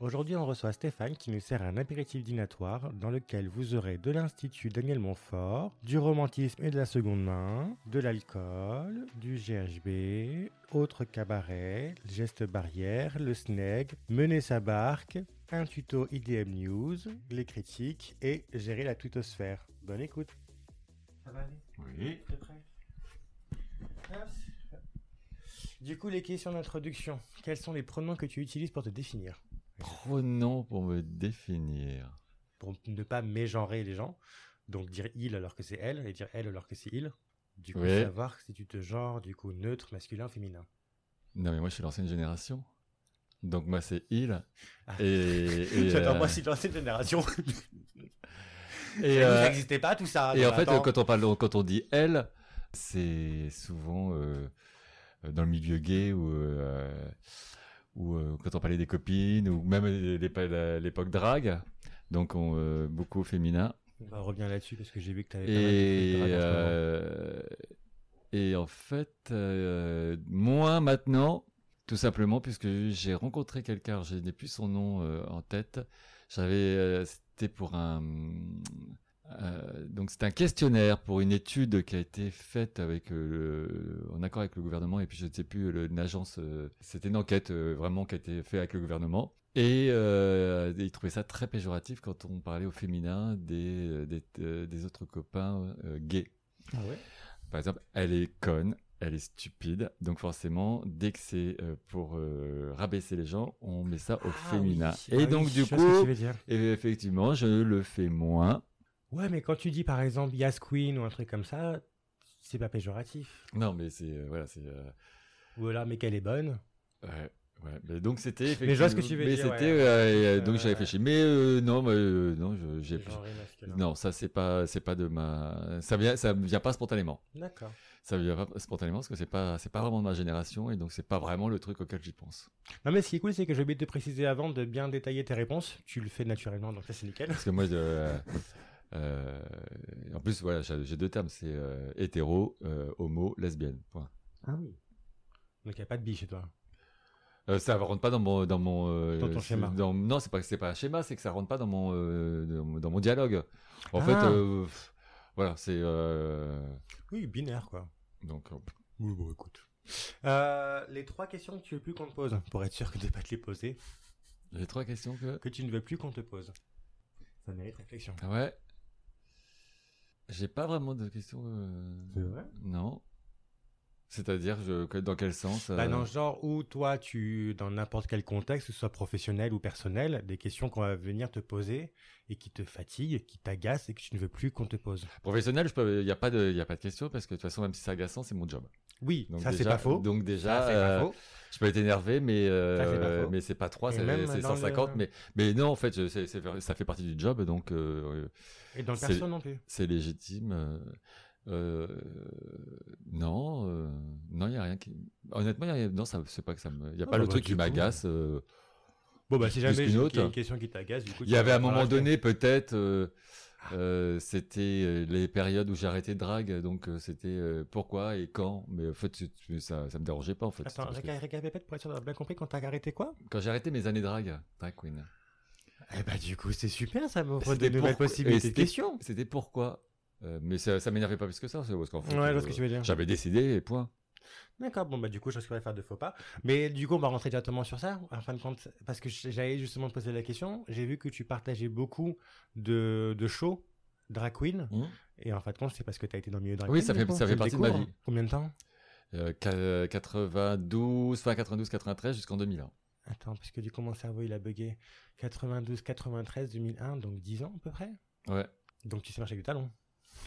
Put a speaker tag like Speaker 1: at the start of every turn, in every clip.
Speaker 1: Aujourd'hui, on reçoit Stéphane qui nous sert un apéritif dînatoire dans lequel vous aurez de l'Institut Daniel Montfort, du romantisme et de la seconde main, de l'alcool, du GHB, autres cabarets, gestes barrières, le snag, mener sa barque, un tuto IDM News, les critiques et gérer la tutosphère. Bonne écoute. Ça va aller
Speaker 2: Oui.
Speaker 1: T'es prêt Merci. Du coup, les questions d'introduction. Quels sont les pronoms que tu utilises pour te définir
Speaker 2: Pronom pour me définir.
Speaker 1: Pour ne pas mégenrer les gens. Donc dire il alors que c'est elle et dire elle alors que c'est il. Du coup,
Speaker 2: Oui.
Speaker 1: savoir si tu te genres du coup neutre, masculin, féminin.
Speaker 2: Non, mais moi, je suis l'ancienne génération. Donc, moi, c'est il.
Speaker 1: Ah.
Speaker 2: Et, et,
Speaker 1: J'adore,
Speaker 2: euh,
Speaker 1: moi, c'est dans cette génération.
Speaker 2: et,
Speaker 1: Ça
Speaker 2: euh,
Speaker 1: n'existait pas tout ça.
Speaker 2: et
Speaker 1: Non,
Speaker 2: en fait,
Speaker 1: attends.
Speaker 2: quand on parle, quand on dit elle, c'est souvent euh, dans le milieu gay ou euh, ou euh, quand on parlait des copines ou même à l'épa- à l'époque drague. Donc, on, euh, beaucoup au féminin.
Speaker 1: On va revenir là-dessus parce que j'ai vu que t'avais pas mal de trucs de drague en
Speaker 2: Et
Speaker 1: ce moment.
Speaker 2: euh, et en fait, euh, moins maintenant, tout simplement, puisque j'ai rencontré quelqu'un, je n'ai plus son nom euh, en tête. J'avais, euh, c'était pour un, euh, donc c'est un questionnaire pour une étude qui a été faite avec euh, le- en accord avec le gouvernement et puis je ne sais plus le- l'agence. euh, c'était une enquête euh, vraiment qui a été faite avec le gouvernement. Et euh, ils trouvaient ça très péjoratif quand on parlait au féminin des des, euh, des autres copains euh, gays.
Speaker 1: Ah ouais
Speaker 2: Par exemple, elle est conne, elle est stupide. Donc forcément, dès que c'est euh, pour euh, rabaisser les gens, on met ça au
Speaker 1: Ah
Speaker 2: féminin.
Speaker 1: oui.
Speaker 2: Et
Speaker 1: Ah
Speaker 2: donc
Speaker 1: oui,
Speaker 2: du
Speaker 1: je vois ce que tu
Speaker 2: coup,
Speaker 1: veux dire.
Speaker 2: effectivement, je le fais moins.
Speaker 1: Ouais, mais quand tu dis par exemple Yas Queen ou un truc comme ça, c'est pas péjoratif.
Speaker 2: Non, mais c'est euh, voilà, c'est euh,
Speaker 1: Ou alors, mais qu'elle est bonne.
Speaker 2: ouais. Ouais, mais donc c'était effectivement.
Speaker 1: Mais je vois ce que tu veux
Speaker 2: mais
Speaker 1: dire,
Speaker 2: c'était,
Speaker 1: ouais.
Speaker 2: euh, euh, donc
Speaker 1: Euh,
Speaker 2: j'ai
Speaker 1: ouais.
Speaker 2: réfléchi. Mais euh, non, mais, euh, non, je- j'ai
Speaker 1: Genré masculin.
Speaker 2: non, ça c'est pas, c'est pas de ma, ça vient, ça me vient pas spontanément.
Speaker 1: D'accord.
Speaker 2: Ça vient pas spontanément parce que c'est pas, c'est pas vraiment de ma génération et donc c'est pas vraiment le truc auquel j'y pense.
Speaker 1: Non, mais ce qui est cool, c'est que j'ai oublié de te préciser avant de bien détailler tes réponses. Tu le fais naturellement, donc ça, c'est nickel.
Speaker 2: Parce que moi, je- euh, euh, en plus, voilà, j'ai j'ai deux termes, c'est euh, hétéro, euh, homo, lesbienne. Point.
Speaker 1: Ah oui. Donc, il n'y a pas de bi chez toi.
Speaker 2: Euh, ça rentre pas dans mon, dans mon, euh,
Speaker 1: Dans ton
Speaker 2: c'est-
Speaker 1: schéma.
Speaker 2: dans- non, c'est pas que c'est pas un schéma, c'est que ça rentre pas dans mon, euh, dans, mon- dans mon dialogue. En
Speaker 1: Ah.
Speaker 2: fait, euh, pff, voilà, c'est euh,
Speaker 1: Oui, binaire, quoi.
Speaker 2: donc euh,
Speaker 1: Oui, bon, écoute. Euh, les trois questions que tu veux plus qu'on te pose, pour être sûr que de pas te les poser,
Speaker 2: j'ai trois questions que.
Speaker 1: que tu ne veux plus qu'on te pose. Ça mérite réflexion.
Speaker 2: Ah Ouais. J'ai pas vraiment de questions. euh,
Speaker 1: vrai
Speaker 2: Non. C'est-à-dire, je, que- dans quel sens euh,
Speaker 1: Bah non, genre où toi, tu, dans n'importe quel contexte, que ce soit professionnel ou personnel, des questions qu'on va venir te poser et qui te fatiguent, qui t'agacent et que tu ne veux plus qu'on te pose.
Speaker 2: Professionnel, je peux, il y a pas de, il y a pas de question parce que de toute façon, même si c'est agaçant, c'est mon job.
Speaker 1: Oui,
Speaker 2: Donc
Speaker 1: ça c'est
Speaker 2: déjà-
Speaker 1: pas faux.
Speaker 2: Donc déjà,
Speaker 1: ça c'est pas
Speaker 2: euh,
Speaker 1: faux.
Speaker 2: je peux être énervé, mais euh,
Speaker 1: Ça, c'est pas faux.
Speaker 2: mais c'est pas 3,
Speaker 1: Et
Speaker 2: c'est
Speaker 1: même
Speaker 2: c'est
Speaker 1: dans le-
Speaker 2: 150, mais mais non, en fait, je- c'est- c'est- ça fait partie du job, donc euh,
Speaker 1: Et dans le
Speaker 2: c'est-
Speaker 1: perso non plus.
Speaker 2: c'est légitime. euh, euh, non, euh, non, il y a rien qui. Honnêtement, il y a rien- non, ça, c'est pas que ça me. Il y
Speaker 1: Ah,
Speaker 2: a pas
Speaker 1: bah,
Speaker 2: le
Speaker 1: bah,
Speaker 2: truc
Speaker 1: du
Speaker 2: qui
Speaker 1: coup.
Speaker 2: m'agace. euh,
Speaker 1: Bon bah si
Speaker 2: Plus
Speaker 1: jamais
Speaker 2: qu'une
Speaker 1: j'ai-
Speaker 2: autre.
Speaker 1: qu'il y a une question qui t'agace, du coup.
Speaker 2: Il
Speaker 1: tu
Speaker 2: y avait à un
Speaker 1: vas
Speaker 2: moment
Speaker 1: la Ah. faire.
Speaker 2: donné, peut-être, euh, euh, c'était euh, les périodes où j'ai arrêté de drague, donc euh, c'était euh, pourquoi et quand. Mais en fait, c'est- ça, ça me dérangeait pas en fait.
Speaker 1: Attends,
Speaker 2: Parce que-
Speaker 1: réca- récap- répète pour être sûr d'avoir bien compris quand t'as arrêté quoi
Speaker 2: Quand j'ai arrêté mes années drague, drag queen.
Speaker 1: Eh bah du coup c'est super, ça m'offre
Speaker 2: C'était
Speaker 1: des nouvelles
Speaker 2: pourquoi- et
Speaker 1: possibilités de
Speaker 2: c'était-
Speaker 1: questions.
Speaker 2: C'était pourquoi. Euh, mais ça, ça m'énervait pas plus que ça, c'est- parce qu'en fait,
Speaker 1: Ouais, je vois
Speaker 2: euh,
Speaker 1: ce que tu veux dire.
Speaker 2: j'avais décidé et point.
Speaker 1: D'accord, bon bah du coup je risquerais de faire de faux pas. Mais du coup on va rentrer directement sur ça, en fin de compte, parce que j'allais justement te poser la question, j'ai vu que tu partageais beaucoup de, de shows drag queen,
Speaker 2: Hum.
Speaker 1: et en fin de compte c'est parce que t'as été dans le milieu drag
Speaker 2: Oui,
Speaker 1: queen,
Speaker 2: ça
Speaker 1: du
Speaker 2: fait-
Speaker 1: coup.
Speaker 2: ça fait
Speaker 1: me
Speaker 2: partie de ma
Speaker 1: découvre.
Speaker 2: vie.
Speaker 1: Combien de temps
Speaker 2: Euh, qua- 92, fin 92, 93 jusqu'en 2001.
Speaker 1: Attends, parce que du coup mon cerveau il a bugué. 92, 93, 2001, donc 10 ans à peu près
Speaker 2: Ouais.
Speaker 1: Donc tu sais marcher avec du talon.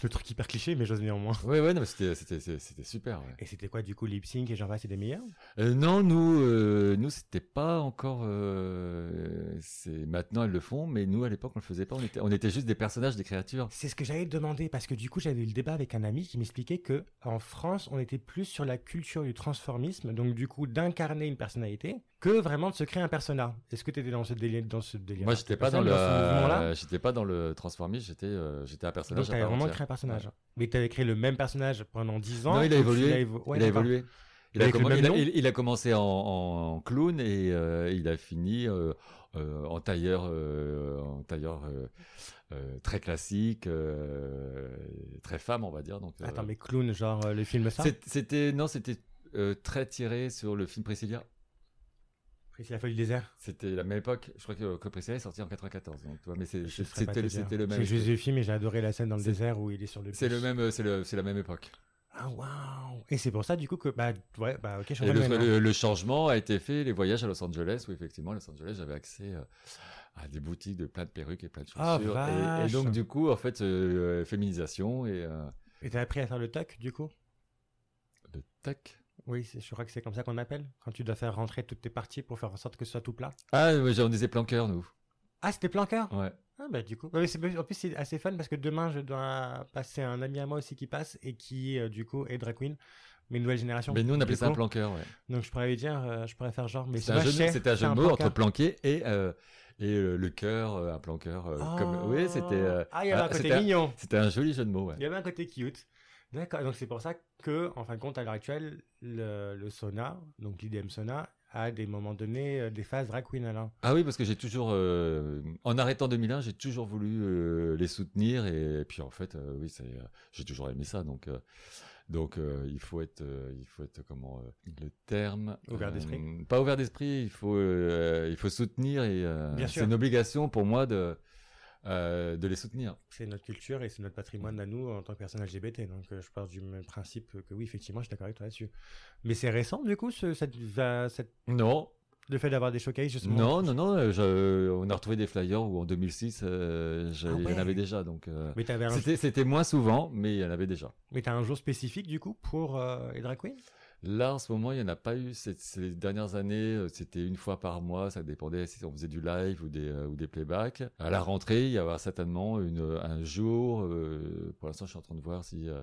Speaker 1: Le truc hyper cliché, mais j'ose néanmoins.
Speaker 2: Ouais, ouais, non, mais c'était, c'était, c'était- c'était super. Ouais.
Speaker 1: Et c'était quoi du coup lip sync et j'en passe et des meilleurs
Speaker 2: Euh, non, nous, euh, nous, c'était pas encore. euh, c'est maintenant elles le font, mais nous à l'époque on le faisait pas. On était, on était juste des personnages, des créatures.
Speaker 1: C'est ce que j'allais te demander parce que du coup j'avais eu le débat avec un ami qui m'expliquait que en France on était plus sur la culture du transformisme, donc du coup d'incarner une personnalité, que vraiment de se créer un persona. Est-ce que t'étais dans ce délire dans ce délire
Speaker 2: Moi, j'étais pas dans
Speaker 1: ce
Speaker 2: le,
Speaker 1: mouvement-là
Speaker 2: j'étais pas dans le transformé. J'étais, euh, j'étais un personnage.
Speaker 1: Donc
Speaker 2: à
Speaker 1: t'avais
Speaker 2: part
Speaker 1: vraiment
Speaker 2: entière.
Speaker 1: créé un personnage. Mais t'avais créé le même personnage pendant 10 ans.
Speaker 2: Non, il a
Speaker 1: et tu
Speaker 2: évolué.
Speaker 1: l'as évo- ouais,
Speaker 2: Il a
Speaker 1: d'accord.
Speaker 2: évolué. Il, a,
Speaker 1: Avec le
Speaker 2: commen-
Speaker 1: même
Speaker 2: il a-
Speaker 1: nom
Speaker 2: il- il a commencé en, en- en clown et euh, il a fini euh, euh, en tailleur, euh, en tailleur euh, euh, très classique, euh, très femme, on va dire. Donc, euh,
Speaker 1: Attends, mais clown, genre euh, le film ça
Speaker 2: c'est- c'était non, c'était euh, très tiré sur le film Priscilla.
Speaker 1: C'est la folie du désert
Speaker 2: C'était la même époque. Je crois que, euh, que Priscilla est sorti en 94. Donc, tu vois, mais c'est-
Speaker 1: Je saurais pas
Speaker 2: c'était
Speaker 1: te dire.
Speaker 2: c'était le même.
Speaker 1: J'ai vu le film et j'ai adoré la scène dans le
Speaker 2: C'est-
Speaker 1: désert où il est sur le
Speaker 2: C'est
Speaker 1: bus.
Speaker 2: le même, euh, c'est le- c'est la même époque.
Speaker 1: Ah, waouh Et c'est pour ça, du coup, que. Bah, ouais, bah, ok, je suis
Speaker 2: Et
Speaker 1: en
Speaker 2: le,
Speaker 1: train de-
Speaker 2: le- le changement a été fait, les voyages à Los Angeles, où effectivement, à Los Angeles, j'avais accès euh, à des boutiques de plein de perruques et plein de
Speaker 1: Ah,
Speaker 2: chaussures. Et- et,
Speaker 1: vache.
Speaker 2: donc, du coup, en fait, euh, féminisation et euh,
Speaker 1: Et t'as appris à faire le tuck, du coup
Speaker 2: le tac.
Speaker 1: Oui, c'est- je crois que c'est comme ça qu'on appelle. Quand tu dois faire rentrer toutes tes parties pour faire en sorte que ce soit tout plat.
Speaker 2: Ah, mais j'ai- on disait planqueur, nous.
Speaker 1: Ah, c'était planqueur
Speaker 2: Ouais.
Speaker 1: Ah, bah, du coup. Ouais, mais c'est- en plus, c'est assez fun parce que demain, je dois passer un ami à moi aussi qui passe et qui, euh, du coup, est drag queen. Mais nouvelle génération.
Speaker 2: Mais nous, on
Speaker 1: Du
Speaker 2: appelait ça un
Speaker 1: coup,
Speaker 2: planqueur, ouais.
Speaker 1: Donc, je pourrais lui dire, euh, je pourrais faire genre, mais c'est
Speaker 2: C'était un
Speaker 1: pas
Speaker 2: jeu,
Speaker 1: cher,
Speaker 2: de- c'était un
Speaker 1: c'est
Speaker 2: jeu de mots
Speaker 1: planqueur.
Speaker 2: entre planquer et, euh, et euh, le cœur, euh, un planqueur. euh,
Speaker 1: Ah.
Speaker 2: comme... Oui, c'était euh,
Speaker 1: Ah, il y avait
Speaker 2: ah,
Speaker 1: un côté
Speaker 2: c'était un-
Speaker 1: mignon.
Speaker 2: c'était un joli jeu de mots, ouais.
Speaker 1: Il y avait un côté cute. D'accord. Donc c'est pour ça que, en fin de compte, à l'heure actuelle, le, le sauna, donc l'IDM sauna, a des moments donnés euh, des phases drag queen, Alain.
Speaker 2: Ah oui, parce que j'ai toujours, euh, en arrêtant 2001, j'ai toujours voulu euh, les soutenir et, puis en fait, euh, oui, c'est, euh, j'ai toujours aimé ça, donc euh, donc euh, il faut être, euh, il faut être comment euh, le terme
Speaker 1: Ouvert
Speaker 2: euh,
Speaker 1: d'esprit.
Speaker 2: Pas ouvert d'esprit, il faut euh, il faut soutenir et euh,
Speaker 1: Bien sûr.
Speaker 2: c'est une obligation pour moi de euh, de les soutenir.
Speaker 1: C'est notre culture et c'est notre patrimoine à nous en tant que personne LGBT. Donc euh, je pars du même principe que oui, effectivement, je suis d'accord avec toi là-dessus. Mais c'est récent, du coup, ce- cette, va- cette-
Speaker 2: Non,
Speaker 1: le fait d'avoir des showcases, justement.
Speaker 2: non, non, non. euh, je- on a retrouvé des flyers où en 2006, euh, j'ai-
Speaker 1: Ah ouais.
Speaker 2: j'en avais déjà, donc euh,
Speaker 1: Mais t'avais un,
Speaker 2: c'était c'était moins souvent, mais il y en avait déjà.
Speaker 1: mais t'as un jour spécifique, du coup, pour euh, les drag queens
Speaker 2: Là, en ce moment, il n'y en a pas eu. Ces, ces dernières années, euh, c'était une fois par mois. Ça dépendait si on faisait du live ou des, euh, ou des playbacks. À la rentrée, il y aura certainement une, un jour. euh, pour l'instant, je suis en train de voir si... euh,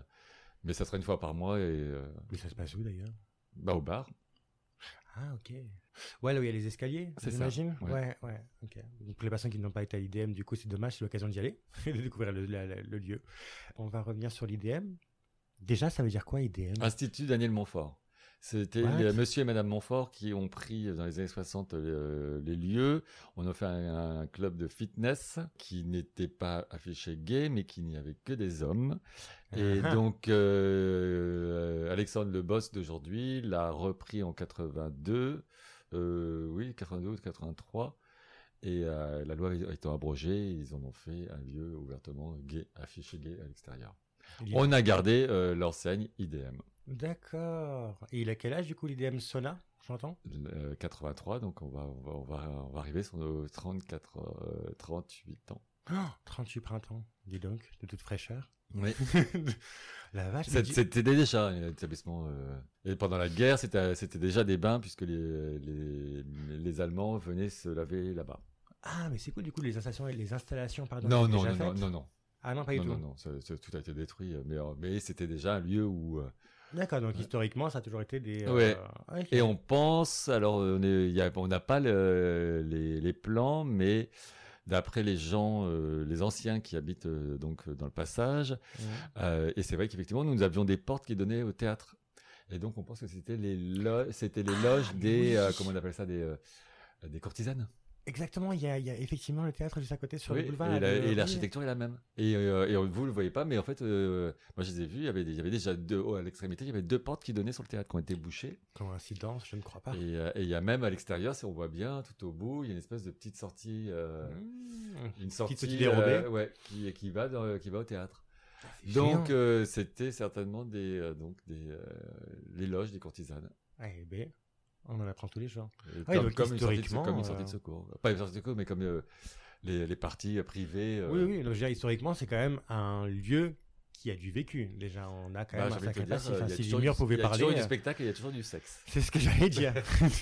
Speaker 2: mais ça sera une fois par mois et euh,
Speaker 1: Mais ça se passe où, d'ailleurs
Speaker 2: bah, au bar.
Speaker 1: Ah, ok. Ouais, là où il y a les escaliers,
Speaker 2: C'est ça,
Speaker 1: j'imagine.
Speaker 2: ouais.
Speaker 1: Ouais. ouais, ok. Donc, pour les personnes qui n'ont pas été à l'IDM, du coup, c'est dommage, c'est l'occasion d'y aller et de découvrir le, la- la- le lieu. On va revenir sur l'IDM. Déjà, ça veut dire quoi, IDM
Speaker 2: Institut Daniel Montfort. C'était
Speaker 1: What
Speaker 2: les monsieur et madame Montfort qui ont pris euh, dans les années 60 euh, les lieux. On a fait un, un club de fitness qui n'était pas affiché gay, mais qui n'y avait que des hommes. Et
Speaker 1: Ah, ah.
Speaker 2: donc, euh, Alexandre Le Boss d'aujourd'hui l'a repris en 82, euh, oui, 82 ou 83. Et euh, la loi étant abrogée, ils en ont fait un lieu ouvertement gay, affiché gay à l'extérieur.
Speaker 1: Il-
Speaker 2: On a gardé euh, l'enseigne IDM.
Speaker 1: D'accord. Et il a quel âge, du coup, l'IDM Sona J'entends
Speaker 2: Euh, 83, donc on va, on va, on va, on va arriver sur nos 34, euh, 38 ans.
Speaker 1: Oh, 38 printemps, dis donc, de toute fraîcheur.
Speaker 2: Oui.
Speaker 1: la vache. mais
Speaker 2: C'est-
Speaker 1: dis-
Speaker 2: C'était déjà un établissement. euh, Et pendant la guerre, c'était c'était déjà des bains puisque les, les, les Allemands venaient se laver là-bas.
Speaker 1: Ah, mais c'est cool, du coup, les installations, les installations pardon,
Speaker 2: Non,
Speaker 1: étaient
Speaker 2: non, non,
Speaker 1: Ah, déjà
Speaker 2: non,
Speaker 1: faites
Speaker 2: non, non,
Speaker 1: Ah non, pas du
Speaker 2: non,
Speaker 1: tout.
Speaker 2: non, non, ça- ça- tout a été détruit. Mais, euh, mais c'était déjà un lieu où. euh,
Speaker 1: D'accord, donc
Speaker 2: Ouais.
Speaker 1: historiquement, ça a toujours été des... euh,
Speaker 2: Ouais.
Speaker 1: ok.
Speaker 2: Et on pense, alors on est- il y a- on n'a pas le- les, les plans, mais d'après les gens, euh, les anciens qui habitent euh, donc dans le passage,
Speaker 1: Ouais.
Speaker 2: Euh, et c'est vrai qu'effectivement, nous, nous avions des portes qui donnaient au théâtre. Et donc, on pense que c'était les, lo- c'était les loges
Speaker 1: Ah, mais
Speaker 2: des,
Speaker 1: oui.
Speaker 2: euh, comment on appelle ça, des, euh, des courtisanes.
Speaker 1: Exactement, il y, a, il y a effectivement le théâtre juste à côté sur
Speaker 2: Oui,
Speaker 1: le boulevard.
Speaker 2: et la-
Speaker 1: là, de-
Speaker 2: et
Speaker 1: oui.
Speaker 2: l'architecture est la même. Et, euh, et vous le voyez pas, mais en fait, euh, moi, je les ai vus, il y avait, des- il y avait déjà deux, oh, à l'extrémité, il y avait deux portes qui donnaient sur le théâtre, qui ont été bouchées.
Speaker 1: Coïncidence, je ne crois pas.
Speaker 2: Et, euh, et il y a même à l'extérieur, si on voit bien, tout au bout, il y a une espèce de petite sortie, euh,
Speaker 1: Mmh.
Speaker 2: une sortie
Speaker 1: sortie dérobée.
Speaker 2: euh, ouais, qui, qui, va dans- qui va au théâtre.
Speaker 1: C'est
Speaker 2: Donc
Speaker 1: géant.
Speaker 2: euh, c'était certainement des euh, donc des euh, les loges des courtisanes.
Speaker 1: Eh ben, on en apprend tous les jours.
Speaker 2: Et
Speaker 1: Ouais, donc,
Speaker 2: une sortie de-
Speaker 1: historiquement,
Speaker 2: Euh, comme une sortie de
Speaker 1: euh,
Speaker 2: secours. Pas une sortie de secours, mais comme euh, les, les parties euh, privées. euh,
Speaker 1: Oui, oui, donc, je veux dire, historiquement, c'est quand même un lieu qui a du vécu. Déjà, on a quand même
Speaker 2: bah, j'ai
Speaker 1: un
Speaker 2: envie de te
Speaker 1: sacré
Speaker 2: dire,
Speaker 1: passif.
Speaker 2: euh,
Speaker 1: hein.
Speaker 2: il y a
Speaker 1: si
Speaker 2: toujours
Speaker 1: Junior
Speaker 2: du-
Speaker 1: pouvait
Speaker 2: il y a
Speaker 1: parler,
Speaker 2: toujours du
Speaker 1: euh,
Speaker 2: spectacle et il y a toujours du sexe.
Speaker 1: c'est ce que j'allais dire.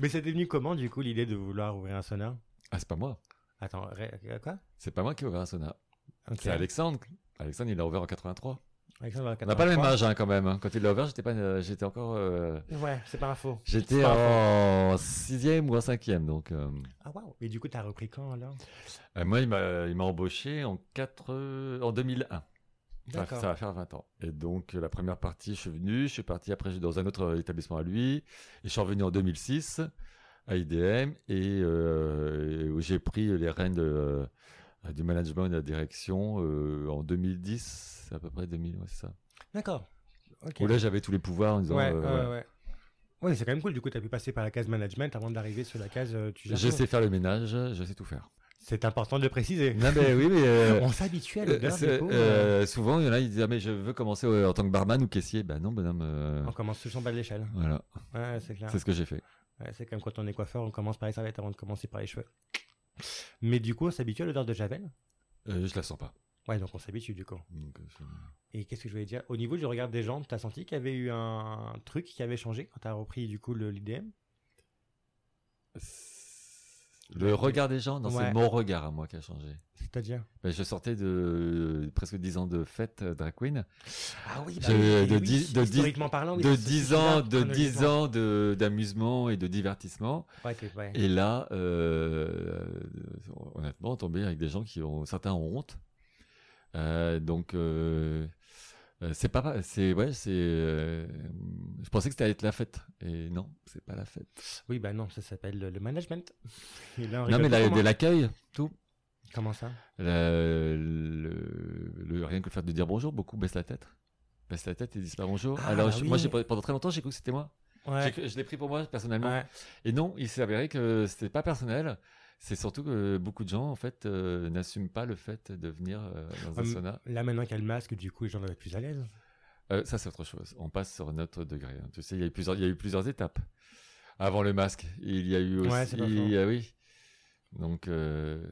Speaker 1: Mais c'était venu comment, du coup, l'idée de vouloir ouvrir un sauna
Speaker 2: Ah, c'est pas moi.
Speaker 1: Attends, ré- euh, quoi
Speaker 2: C'est pas moi qui ai ouvert un sauna.
Speaker 1: Ok.
Speaker 2: C'est Alexandre. Alexandre, il l'a ouvert en 83.
Speaker 1: Alexandre,
Speaker 2: On n'a pas le même âge hein, quand même. hein. Quand il l'a ouvert, j'étais pas, euh, j'étais encore, euh,
Speaker 1: Ouais, c'est pas un faux.
Speaker 2: j'étais
Speaker 1: C'est pas
Speaker 2: en sixième ou en cinquième. Donc euh,
Speaker 1: Ah, waouh. Et du coup, t'as repris quand, alors
Speaker 2: euh, moi, il m'a, il m'a embauché en quatre, en 2001. Ça,
Speaker 1: D'accord.
Speaker 2: ça va faire 20 ans. Et donc, euh, la première partie, je suis venu, je suis parti, après, je suis dans un autre euh, établissement à lui, et je suis revenu en 2006 à IDM, et euh, où j'ai pris les rênes de, euh, du management et de la direction euh, en 2010, à peu près 2000, ouais, c'est ça.
Speaker 1: D'accord. Ok.
Speaker 2: Où là, j'avais tous les pouvoirs en disant,
Speaker 1: ouais,
Speaker 2: euh,
Speaker 1: ouais,
Speaker 2: voilà.
Speaker 1: ouais. Ouais, c'est quand même cool. Du coup, tu as pu passer par la case management avant d'arriver sur la case euh, tu gères
Speaker 2: je
Speaker 1: tout.
Speaker 2: sais faire le ménage, je sais tout faire.
Speaker 1: C'est important de le préciser.
Speaker 2: Non, mais oui, mais... euh,
Speaker 1: On s'habitue à
Speaker 2: euh,
Speaker 1: l'odeur
Speaker 2: c'est-
Speaker 1: des peaux, euh,
Speaker 2: euh, souvent, il y en a, ils disent, ah, mais je veux commencer euh, en tant que barman ou caissier. Ben non, bonhomme. euh,
Speaker 1: On commence tous en Ah. bas de l'échelle.
Speaker 2: Voilà,
Speaker 1: Ouais, c'est clair.
Speaker 2: c'est ce que j'ai fait.
Speaker 1: Ouais, c'est comme quand on est coiffeur, on commence par les serviettes avant de commencer par les cheveux. Mais du coup, on s'habitue à l'odeur de Javel.
Speaker 2: Euh, je la sens pas.
Speaker 1: Ouais, donc on s'habitue du coup.
Speaker 2: Donc, euh, je-
Speaker 1: Et qu'est-ce que je voulais dire Au niveau du regard des gens, t'as senti qu'il y avait eu un truc qui avait changé quand t'as repris du coup le- l'IDM
Speaker 2: Le regard des gens, non,
Speaker 1: Ouais.
Speaker 2: c'est mon regard à moi qui a changé.
Speaker 1: C'est-à-dire
Speaker 2: Ben, je sortais de euh, presque 10 ans de fête euh, drag queen,
Speaker 1: Ah oui,
Speaker 2: Je-
Speaker 1: oui,
Speaker 2: euh, de
Speaker 1: oui,
Speaker 2: dix- de dix-
Speaker 1: historiquement parlant, oui,
Speaker 2: de
Speaker 1: ce
Speaker 2: 10
Speaker 1: sujet-là,
Speaker 2: ans, de 10
Speaker 1: chronologiquement.
Speaker 2: ans de d'amusement et de divertissement.
Speaker 1: Ouais, t'es- ouais.
Speaker 2: Et là, euh, euh, honnêtement, tombé avec des gens qui ont certains ont honte. Euh, donc euh, euh, c'est pas, c'est ouais, c'est. euh, je pensais que c'était à être la fête, et non, c'est pas la fête.
Speaker 1: Oui, bah non, ça s'appelle le, le management. Et là, on
Speaker 2: Non,
Speaker 1: rigole
Speaker 2: mais
Speaker 1: pas,
Speaker 2: la-
Speaker 1: moi.
Speaker 2: de l'accueil, tout.
Speaker 1: Comment ça
Speaker 2: Le, le- le- rien que le fait de dire bonjour, beaucoup baissent la tête. Baissent la tête et disent pas bonjour.
Speaker 1: Ah,
Speaker 2: Alors,
Speaker 1: bah
Speaker 2: je-
Speaker 1: oui.
Speaker 2: moi, j'ai- pendant très longtemps, j'ai cru que c'était moi. J'ai
Speaker 1: Ouais.
Speaker 2: cru- Je l'ai pris pour moi, personnellement.
Speaker 1: ouais.
Speaker 2: Et non, il s'est avéré que c'était pas personnel. C'est surtout que beaucoup de gens, en fait, euh, n'assument pas le fait de venir euh, dans un
Speaker 1: Hum.
Speaker 2: sauna.
Speaker 1: Là, maintenant qu'il y a le masque, du coup, les gens doivent être plus à l'aise.
Speaker 2: Euh, ça, c'est autre chose. On passe sur notre degré. hein. Tu sais, il y, a eu plusieurs, il y a eu plusieurs étapes. Avant le masque, il y a eu aussi.
Speaker 1: Ouais, c'est pas faux.
Speaker 2: ah oui. Donc, euh,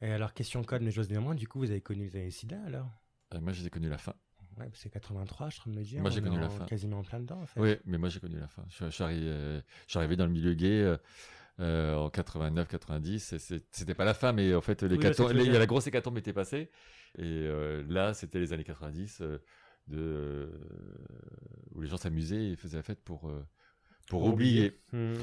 Speaker 1: Et alors, question code, mais j'ose néanmoins, du coup, vous avez connu, vous avez le sida alors
Speaker 2: euh, moi, j'ai connu la fin.
Speaker 1: Ouais, c'est 83, je suis en train de me dire.
Speaker 2: Moi, j'ai
Speaker 1: on est
Speaker 2: connu la
Speaker 1: en-
Speaker 2: fin.
Speaker 1: Quasiment en plein dedans, en fait.
Speaker 2: Oui, mais moi j'ai connu la fin. Je, je suis arrivé, euh, je suis arrivé dans le milieu gay euh, euh, en 89-90. et c'est- C'était pas la fin, mais en fait, les
Speaker 1: Oui, là, c'est ce que je veux dire.
Speaker 2: la grosse hécatombe était passée. Et euh, là, c'était les années 90 euh, de, euh, où les gens s'amusaient et faisaient la fête pour, euh, pour, oublier.
Speaker 1: Mhm.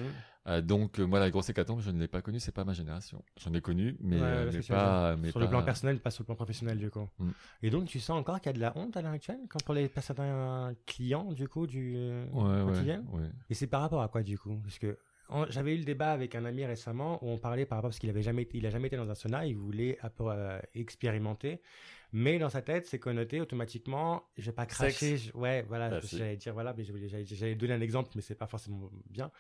Speaker 2: Ah, donc, euh, moi, la grosse hécatombe, je ne l'ai pas connue, c'est pas ma génération. J'en ai connu, mais,
Speaker 1: Ouais,
Speaker 2: euh,
Speaker 1: ouais,
Speaker 2: mais
Speaker 1: c'est sûr.
Speaker 2: pas. mais
Speaker 1: sur le
Speaker 2: pas-
Speaker 1: plan personnel, pas sur le plan professionnel, du coup.
Speaker 2: Mm.
Speaker 1: Et donc, tu sens encore qu'il y a de la honte à l'heure actuelle quand pour les pas certains clients, du coup, du euh,
Speaker 2: Ouais, ouais,
Speaker 1: quotidien
Speaker 2: ouais.
Speaker 1: Et c'est par rapport à quoi, du coup Parce que en- j'avais eu le débat avec un ami récemment où on parlait par rapport parce qu'il avait jamais été, il a jamais été dans un sauna, il voulait un peu, euh, expérimenter, mais dans sa tête, c'est connoté automatiquement. Je vais pas
Speaker 2: Sexe.
Speaker 1: cracher, je- ouais, voilà,
Speaker 2: Ah,
Speaker 1: je-
Speaker 2: si.
Speaker 1: j'allais dire voilà, mais je voulais- j'allais j'allais donner un exemple, mais c'est pas forcément bien.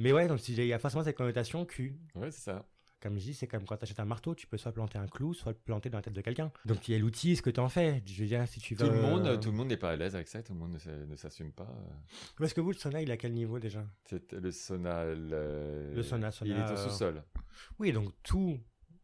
Speaker 1: Mais ouais, donc si j'ai- il y a forcément cette connotation cul.
Speaker 2: Ouais, c'est ça.
Speaker 1: Comme je dis, c'est comme quand tu achètes un marteau, tu peux soit planter un clou, soit le planter dans la tête de quelqu'un. Donc il y a l'outil, ce que tu en fais. Je veux dire, si tu
Speaker 2: Tout
Speaker 1: veux.
Speaker 2: le monde, euh, tout le monde n'est pas à l'aise avec ça. Tout le monde ne s- ne s'assume pas. euh.
Speaker 1: Parce que vous, le sauna, il est à quel niveau déjà
Speaker 2: C'est le sauna. Le,
Speaker 1: Le sauna, sauna,
Speaker 2: Il est
Speaker 1: euh,
Speaker 2: au sous-sol.
Speaker 1: Oui, donc tout